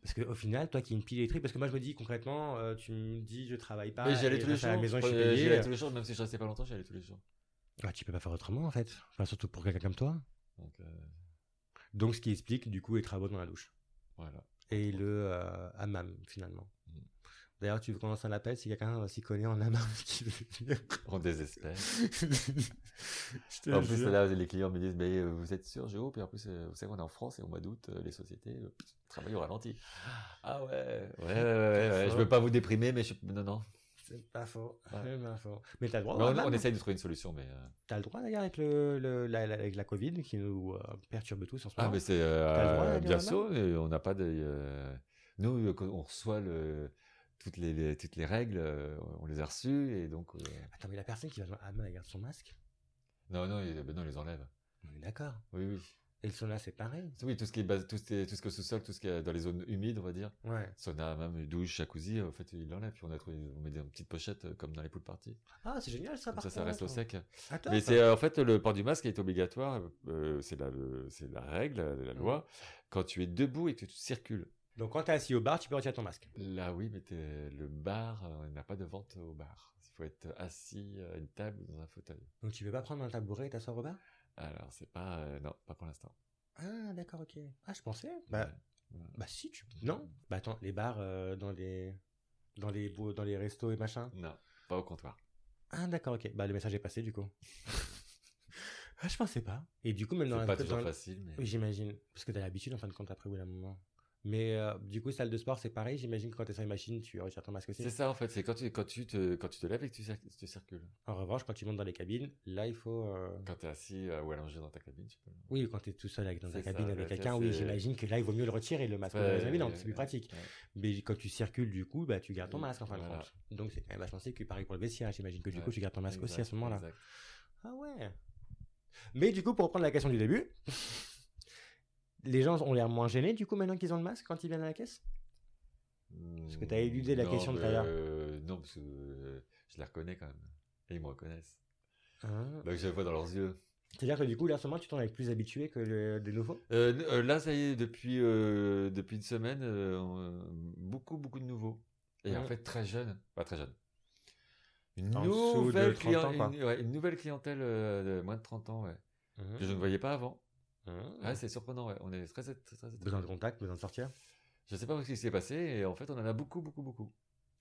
Speaker 1: Parce qu'au final, toi qui es une pile électrique, parce que moi je me dis concrètement, euh, tu me dis je travaille pas,
Speaker 2: Mais j'y allais
Speaker 1: Ah, et
Speaker 2: tous
Speaker 1: je
Speaker 2: les
Speaker 1: reste
Speaker 2: jours.
Speaker 1: à la maison, je suis
Speaker 2: Euh, j'y
Speaker 1: payé.
Speaker 2: allais tous les jours, même si je restais pas longtemps, j'y allais tous les jours.
Speaker 1: Ah, tu peux pas faire autrement en fait, Enfin, surtout pour quelqu'un comme toi.
Speaker 2: Donc, euh,
Speaker 1: Donc ce qui explique du coup les travaux dans la douche
Speaker 2: voilà.
Speaker 1: et le euh, hammam finalement.
Speaker 2: Mm.
Speaker 1: D'ailleurs, tu veux qu'on lance un appel si quelqu'un euh, s'y connaît en hammam qui veut venir.
Speaker 2: On désespère.
Speaker 1: Je te
Speaker 2: En plus,
Speaker 1: jure.
Speaker 2: là, les clients me disent, mais euh, vous êtes sûr, Géo Puis en plus, euh, vous savez qu'on est en France et au mois d'août, euh, les sociétés euh, travaillent au ralenti. Ah ouais, ouais, ouais, ouais, ouais, ouais. Je veux pas vous déprimer, mais je... non, non.
Speaker 1: C'est hein. pas faux,
Speaker 2: Ouais.
Speaker 1: c'est pas faux. Mais t'as le droit au
Speaker 2: Mais on,
Speaker 1: hammam.
Speaker 2: on essaye de trouver une solution, mais. euh,
Speaker 1: T'as le droit d'ailleurs avec, le, le- la, la- avec la Covid qui nous euh, perturbe tous en ce
Speaker 2: Ah,
Speaker 1: moment.
Speaker 2: mais c'est
Speaker 1: T'as le droit
Speaker 2: euh,
Speaker 1: d'aller
Speaker 2: bien
Speaker 1: au
Speaker 2: sûr. et On n'a pas de. euh, Nous, euh, quand on reçoit le- toutes les, les- toutes les règles, euh, on les a reçues et donc. euh,
Speaker 1: Attends, mais la personne qui va dans le hammam, elle garde son masque
Speaker 2: Non, non, ils, ben non, ils les enlèvent.
Speaker 1: On est d'accord.
Speaker 2: Oui, oui.
Speaker 1: Et le sauna, c'est pareil.
Speaker 2: Oui, tout ce qui est bas- tout ce qui est, tout ce qui est au sous-sol, tout ce qui est dans les zones humides, on va dire.
Speaker 1: Ouais.
Speaker 2: Sauna, même douche, jacuzzi, euh, en fait, il l'enlève. Puis on a trouvé, on met des petites pochettes euh, comme dans les poules parties.
Speaker 1: Ah, c'est génial ça, par
Speaker 2: Comme ça, ça
Speaker 1: contre.
Speaker 2: reste au sec.
Speaker 1: Ah, top.
Speaker 2: Mais c'est euh, en fait le port du masque est obligatoire. euh, c'est la, le- c'est la règle, euh, la
Speaker 1: Mm.
Speaker 2: loi. Quand tu es debout et que tu circules.
Speaker 1: Donc quand t'es assis au bar, tu peux retirer ton masque.
Speaker 2: Là, oui, mais t'es- le bar, euh, on n'a pas de vente au bar. Il faut être assis à une table ou dans un fauteuil.
Speaker 1: Donc tu peux pas prendre un tabouret et t'asseoir au bar
Speaker 2: Alors, c'est pas, euh, non, pas pour l'instant.
Speaker 1: Ah, d'accord, ok. Ah, je pensais. Bah, bah si, tu Non Bah attends, les bars euh, dans les. Dans les, bou- dans les restos et machin.
Speaker 2: Non, pas au comptoir.
Speaker 1: Ah, d'accord, ok. Bah, le message est passé, du coup. ah, je pensais pas. Et du coup, même
Speaker 2: C'est
Speaker 1: dans la-
Speaker 2: pas toujours
Speaker 1: dans-
Speaker 2: facile, mais.
Speaker 1: Oui, j'imagine. Parce que t'as l'habitude, en fin de compte, après, au bout d'un moment. Mais euh, du coup, salle de sport, c'est pareil. J'imagine que quand t'es sur une machine, tu retires ton masque aussi.
Speaker 2: C'est ça en fait, c'est quand tu, quand, tu te, quand tu te lèves et que tu, cir- tu circules.
Speaker 1: En revanche, quand tu montes dans les cabines, là, il faut. euh,
Speaker 2: Quand tu es assis euh, ou allongé dans ta cabine, tu peux. le-
Speaker 1: Oui, quand t'es tout seul avec- dans ta
Speaker 2: C'est ça,
Speaker 1: cabine
Speaker 2: ouais,
Speaker 1: avec
Speaker 2: ça,
Speaker 1: quelqu'un, oui,
Speaker 2: c'est-
Speaker 1: j'imagine que là, il vaut mieux le retirer, le masque. dans
Speaker 2: Ouais,
Speaker 1: la cabine, non,
Speaker 2: ouais,
Speaker 1: c'est plus
Speaker 2: ouais,
Speaker 1: pratique.
Speaker 2: ouais.
Speaker 1: Mais quand tu circules, du coup, bah, tu gardes ton
Speaker 2: Oui,
Speaker 1: masque, en fin de
Speaker 2: voilà.
Speaker 1: compte. Donc, c'est quand même vachement sécu. Pareil pour le vestiaire, j'imagine que du coup,
Speaker 2: Ouais,
Speaker 1: tu gardes ton masque aussi à
Speaker 2: Exact,
Speaker 1: ce moment-là.
Speaker 2: exact.
Speaker 1: Ah ouais. Mais du coup, pour reprendre la question du début, les gens ont l'air moins gênés, du coup, maintenant qu'ils ont le masque quand ils viennent à la caisse Parce que t'as éludé la
Speaker 2: Hmm, Non,
Speaker 1: question de
Speaker 2: mais,
Speaker 1: tout à l'heure.
Speaker 2: euh, non, parce que euh, je les reconnais quand même. Et ils me reconnaissent.
Speaker 1: Hein
Speaker 2: Donc je les vois dans leurs yeux.
Speaker 1: C'est-à-dire que du coup, là, en ce moment, tu t'en es plus habitué que le- des nouveaux
Speaker 2: Euh, n- euh, là, ça y est, depuis, euh, depuis une semaine, euh, on, euh, beaucoup, beaucoup de nouveaux. Et en
Speaker 1: Ouais.
Speaker 2: fait, très jeunes. Pas très jeunes. Une,
Speaker 1: En dessous de
Speaker 2: nouvelle,
Speaker 1: 30 ans,
Speaker 2: clien-
Speaker 1: quoi.
Speaker 2: une, ouais, une nouvelle clientèle euh, de moins de 30 ans, ouais. que je ne voyais pas avant.
Speaker 1: Hein
Speaker 2: Ouais, c'est surprenant, ouais. On est très, très, très, très-
Speaker 1: Besoin de contact, besoin de sortir
Speaker 2: Je sais pas ce qui s'est passé, et en fait, on en a beaucoup, beaucoup, beaucoup.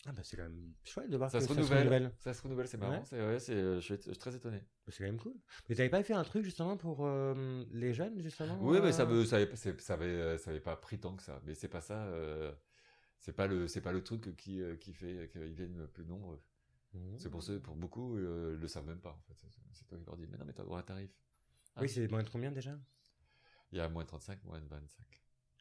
Speaker 1: Ah bah c'est quand même chouette de voir
Speaker 2: Ça
Speaker 1: que
Speaker 2: se renouvelle. Ça se renouvelle, c'est marrant.
Speaker 1: Ouais.
Speaker 2: C'est, ouais, c'est, euh, je, suis, je suis très étonné.
Speaker 1: Bah, C'est quand même cool. Mais t'avais pas fait un truc justement pour euh, les jeunes justement
Speaker 2: Oui, mais ça
Speaker 1: veut
Speaker 2: me, ça avait, c'est- ça avait, euh, ça avait pas pris tant que ça. Mais c'est pas ça. euh, c'est pas le, c'est pas le truc qui, euh, qui fait qu'ils viennent plus nombreux. euh.
Speaker 1: Ah.
Speaker 2: Mmh. C'est pour ceux, pour beaucoup, euh, ils le savent même pas. En fait, c'est, c'est toi qui leur dis. Mais non, mais t'as le droit à un tarif.
Speaker 1: Ah. Oui, c'est moins de combien déjà
Speaker 2: Il y a moins de 35, moins de 25.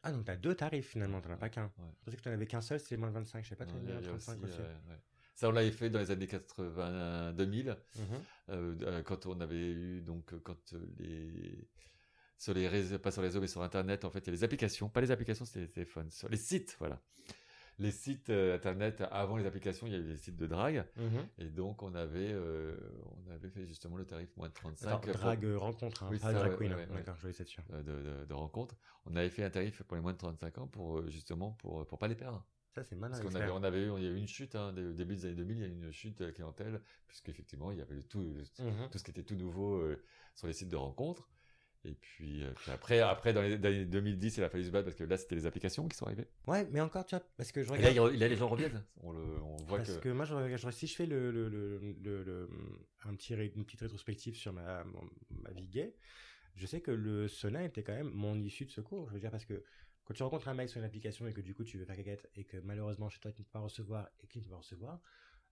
Speaker 1: Ah donc t'as deux tarifs finalement, t'en as pas qu'un.
Speaker 2: Ouais.
Speaker 1: Je pensais que t'en avais qu'un seul, c'était moins de 25, je sais pas,
Speaker 2: Non,
Speaker 1: t'avais
Speaker 2: il y
Speaker 1: mis
Speaker 2: a-
Speaker 1: un
Speaker 2: il y a
Speaker 1: 35 aussi.
Speaker 2: aussi, euh, ouais. Ça, on l'avait fait dans les années 80, 2000.
Speaker 1: Mhm.
Speaker 2: Euh, euh, quand on avait eu donc euh, quand euh, les sur les réseaux, pas sur les réseaux mais sur internet en fait il y a les applications pas les applications c'était les téléphones sur les sites voilà les sites euh, internet avant les applications il y avait les sites de drague
Speaker 1: Mhm.
Speaker 2: et donc on avait euh, on avait fait justement le tarif moins de 35
Speaker 1: Attends,
Speaker 2: euh, pour-
Speaker 1: drague euh, rencontre, hein,
Speaker 2: Oui,
Speaker 1: pas
Speaker 2: ça,
Speaker 1: drag
Speaker 2: ouais,
Speaker 1: queen.
Speaker 2: ouais,
Speaker 1: hein.
Speaker 2: ouais.
Speaker 1: D'accord, je voulais être sûr.
Speaker 2: euh, de, de, de rencontres on avait fait un tarif pour les moins de 35 ans pour euh, justement pour pour pas les perdre
Speaker 1: Ça c'est malin.
Speaker 2: parce qu'on
Speaker 1: l'expert.
Speaker 2: avait on avait eu il y a eu une chute hein, dès- au début des années 2000 il y a eu une chute de la clientèle puisqu'effectivement il y avait le tout
Speaker 1: Mhm.
Speaker 2: tout ce qui était tout nouveau euh, sur les sites de rencontres. Et puis, euh, puis après, après, dans les années 2010, il a fallu se battre parce que là, c'était les applications qui sont arrivées.
Speaker 1: Ouais, mais encore, tu vois, parce que je
Speaker 2: Et là,
Speaker 1: regarde.
Speaker 2: il y a- là, les gens reviennent. On, le, on voit
Speaker 1: parce
Speaker 2: que,
Speaker 1: que... moi, je, regarde- je- si je fais le, le- le- le- le- un petit, ré- une petite rétrospective sur ma, mon- ma vie gay, je sais que le sauna était quand même mon issue de secours. Je veux dire, parce que quand tu rencontres un mec sur une application et que du coup tu veux faire caquette et que malheureusement chez toi tu ne peux pas recevoir et qu'il ne peut pas recevoir,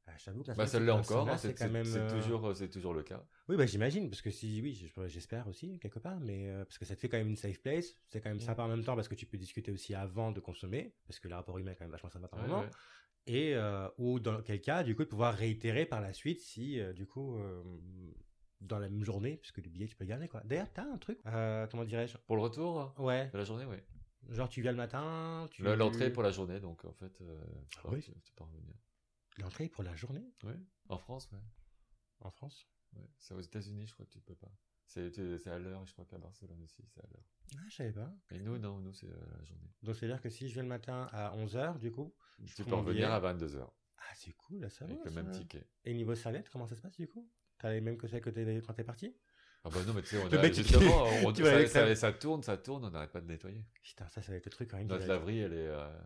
Speaker 1: Ah, j'avoue que la
Speaker 2: Bah,
Speaker 1: soirée,
Speaker 2: celle-là
Speaker 1: c'est-
Speaker 2: encore, hein,
Speaker 1: c'est
Speaker 2: c'est
Speaker 1: quand même.
Speaker 2: c'est- c'est
Speaker 1: euh,
Speaker 2: toujours, euh, c'est toujours le cas.
Speaker 1: Oui, bah, j'imagine, parce que si, oui, je- j'espère aussi, quelque part, mais euh, parce que ça te fait quand même une safe place, c'est quand même
Speaker 2: Mm.
Speaker 1: sympa en même temps, parce que tu peux discuter aussi avant de consommer, parce que le rapport humain est quand même vachement sympa par
Speaker 2: Ouais,
Speaker 1: moment,
Speaker 2: ouais.
Speaker 1: et euh, ou dans quel cas, du coup, de pouvoir réitérer par la suite si, euh, du coup, euh, dans la même journée, parce que le billet, tu peux le garder, quoi. D'ailleurs, t'as un truc, euh, comment dirais-je
Speaker 2: Pour le retour hein,
Speaker 1: Ouais,
Speaker 2: de la journée, oui.
Speaker 1: genre tu viens le matin, tu...
Speaker 2: L'entrée pour la journée, donc en fait, euh, tu
Speaker 1: Ah
Speaker 2: peux-
Speaker 1: oui.
Speaker 2: tu tu peux revenir.
Speaker 1: L'entrée pour la journée,
Speaker 2: En France, ouais.
Speaker 1: en France
Speaker 2: ouais. C'est aux États-Unis, je crois que tu peux pas. C'est tu- c'est à l'heure, et je crois qu'à Barcelone aussi, c'est à l'heure.
Speaker 1: Ah, je savais pas.
Speaker 2: Et nous, non, nous, c'est euh, la journée.
Speaker 1: Donc, c'est-à-dire que si je viens le matin à 11h, du coup...
Speaker 2: tu peux
Speaker 1: prends mon
Speaker 2: revenir
Speaker 1: billet.
Speaker 2: à 22h
Speaker 1: Ah, c'est cool, là, ça va,
Speaker 2: avec le
Speaker 1: ça.
Speaker 2: même ticket.
Speaker 1: Et niveau salette, comment ça se passe du coup T'as les mêmes que celles que t'avais quand t'es parti
Speaker 2: Ah bah non, mais tu sais, on
Speaker 1: Le
Speaker 2: a-
Speaker 1: mec qui-
Speaker 2: justement, on-
Speaker 1: qui va avec
Speaker 2: ça,
Speaker 1: sa-
Speaker 2: ça- ça tourne, ça tourne, on n'arrête pas de nettoyer.
Speaker 1: Putain, ça, ça va être le truc quand même. qui
Speaker 2: Notre
Speaker 1: va être-
Speaker 2: laverie, elle est. euh,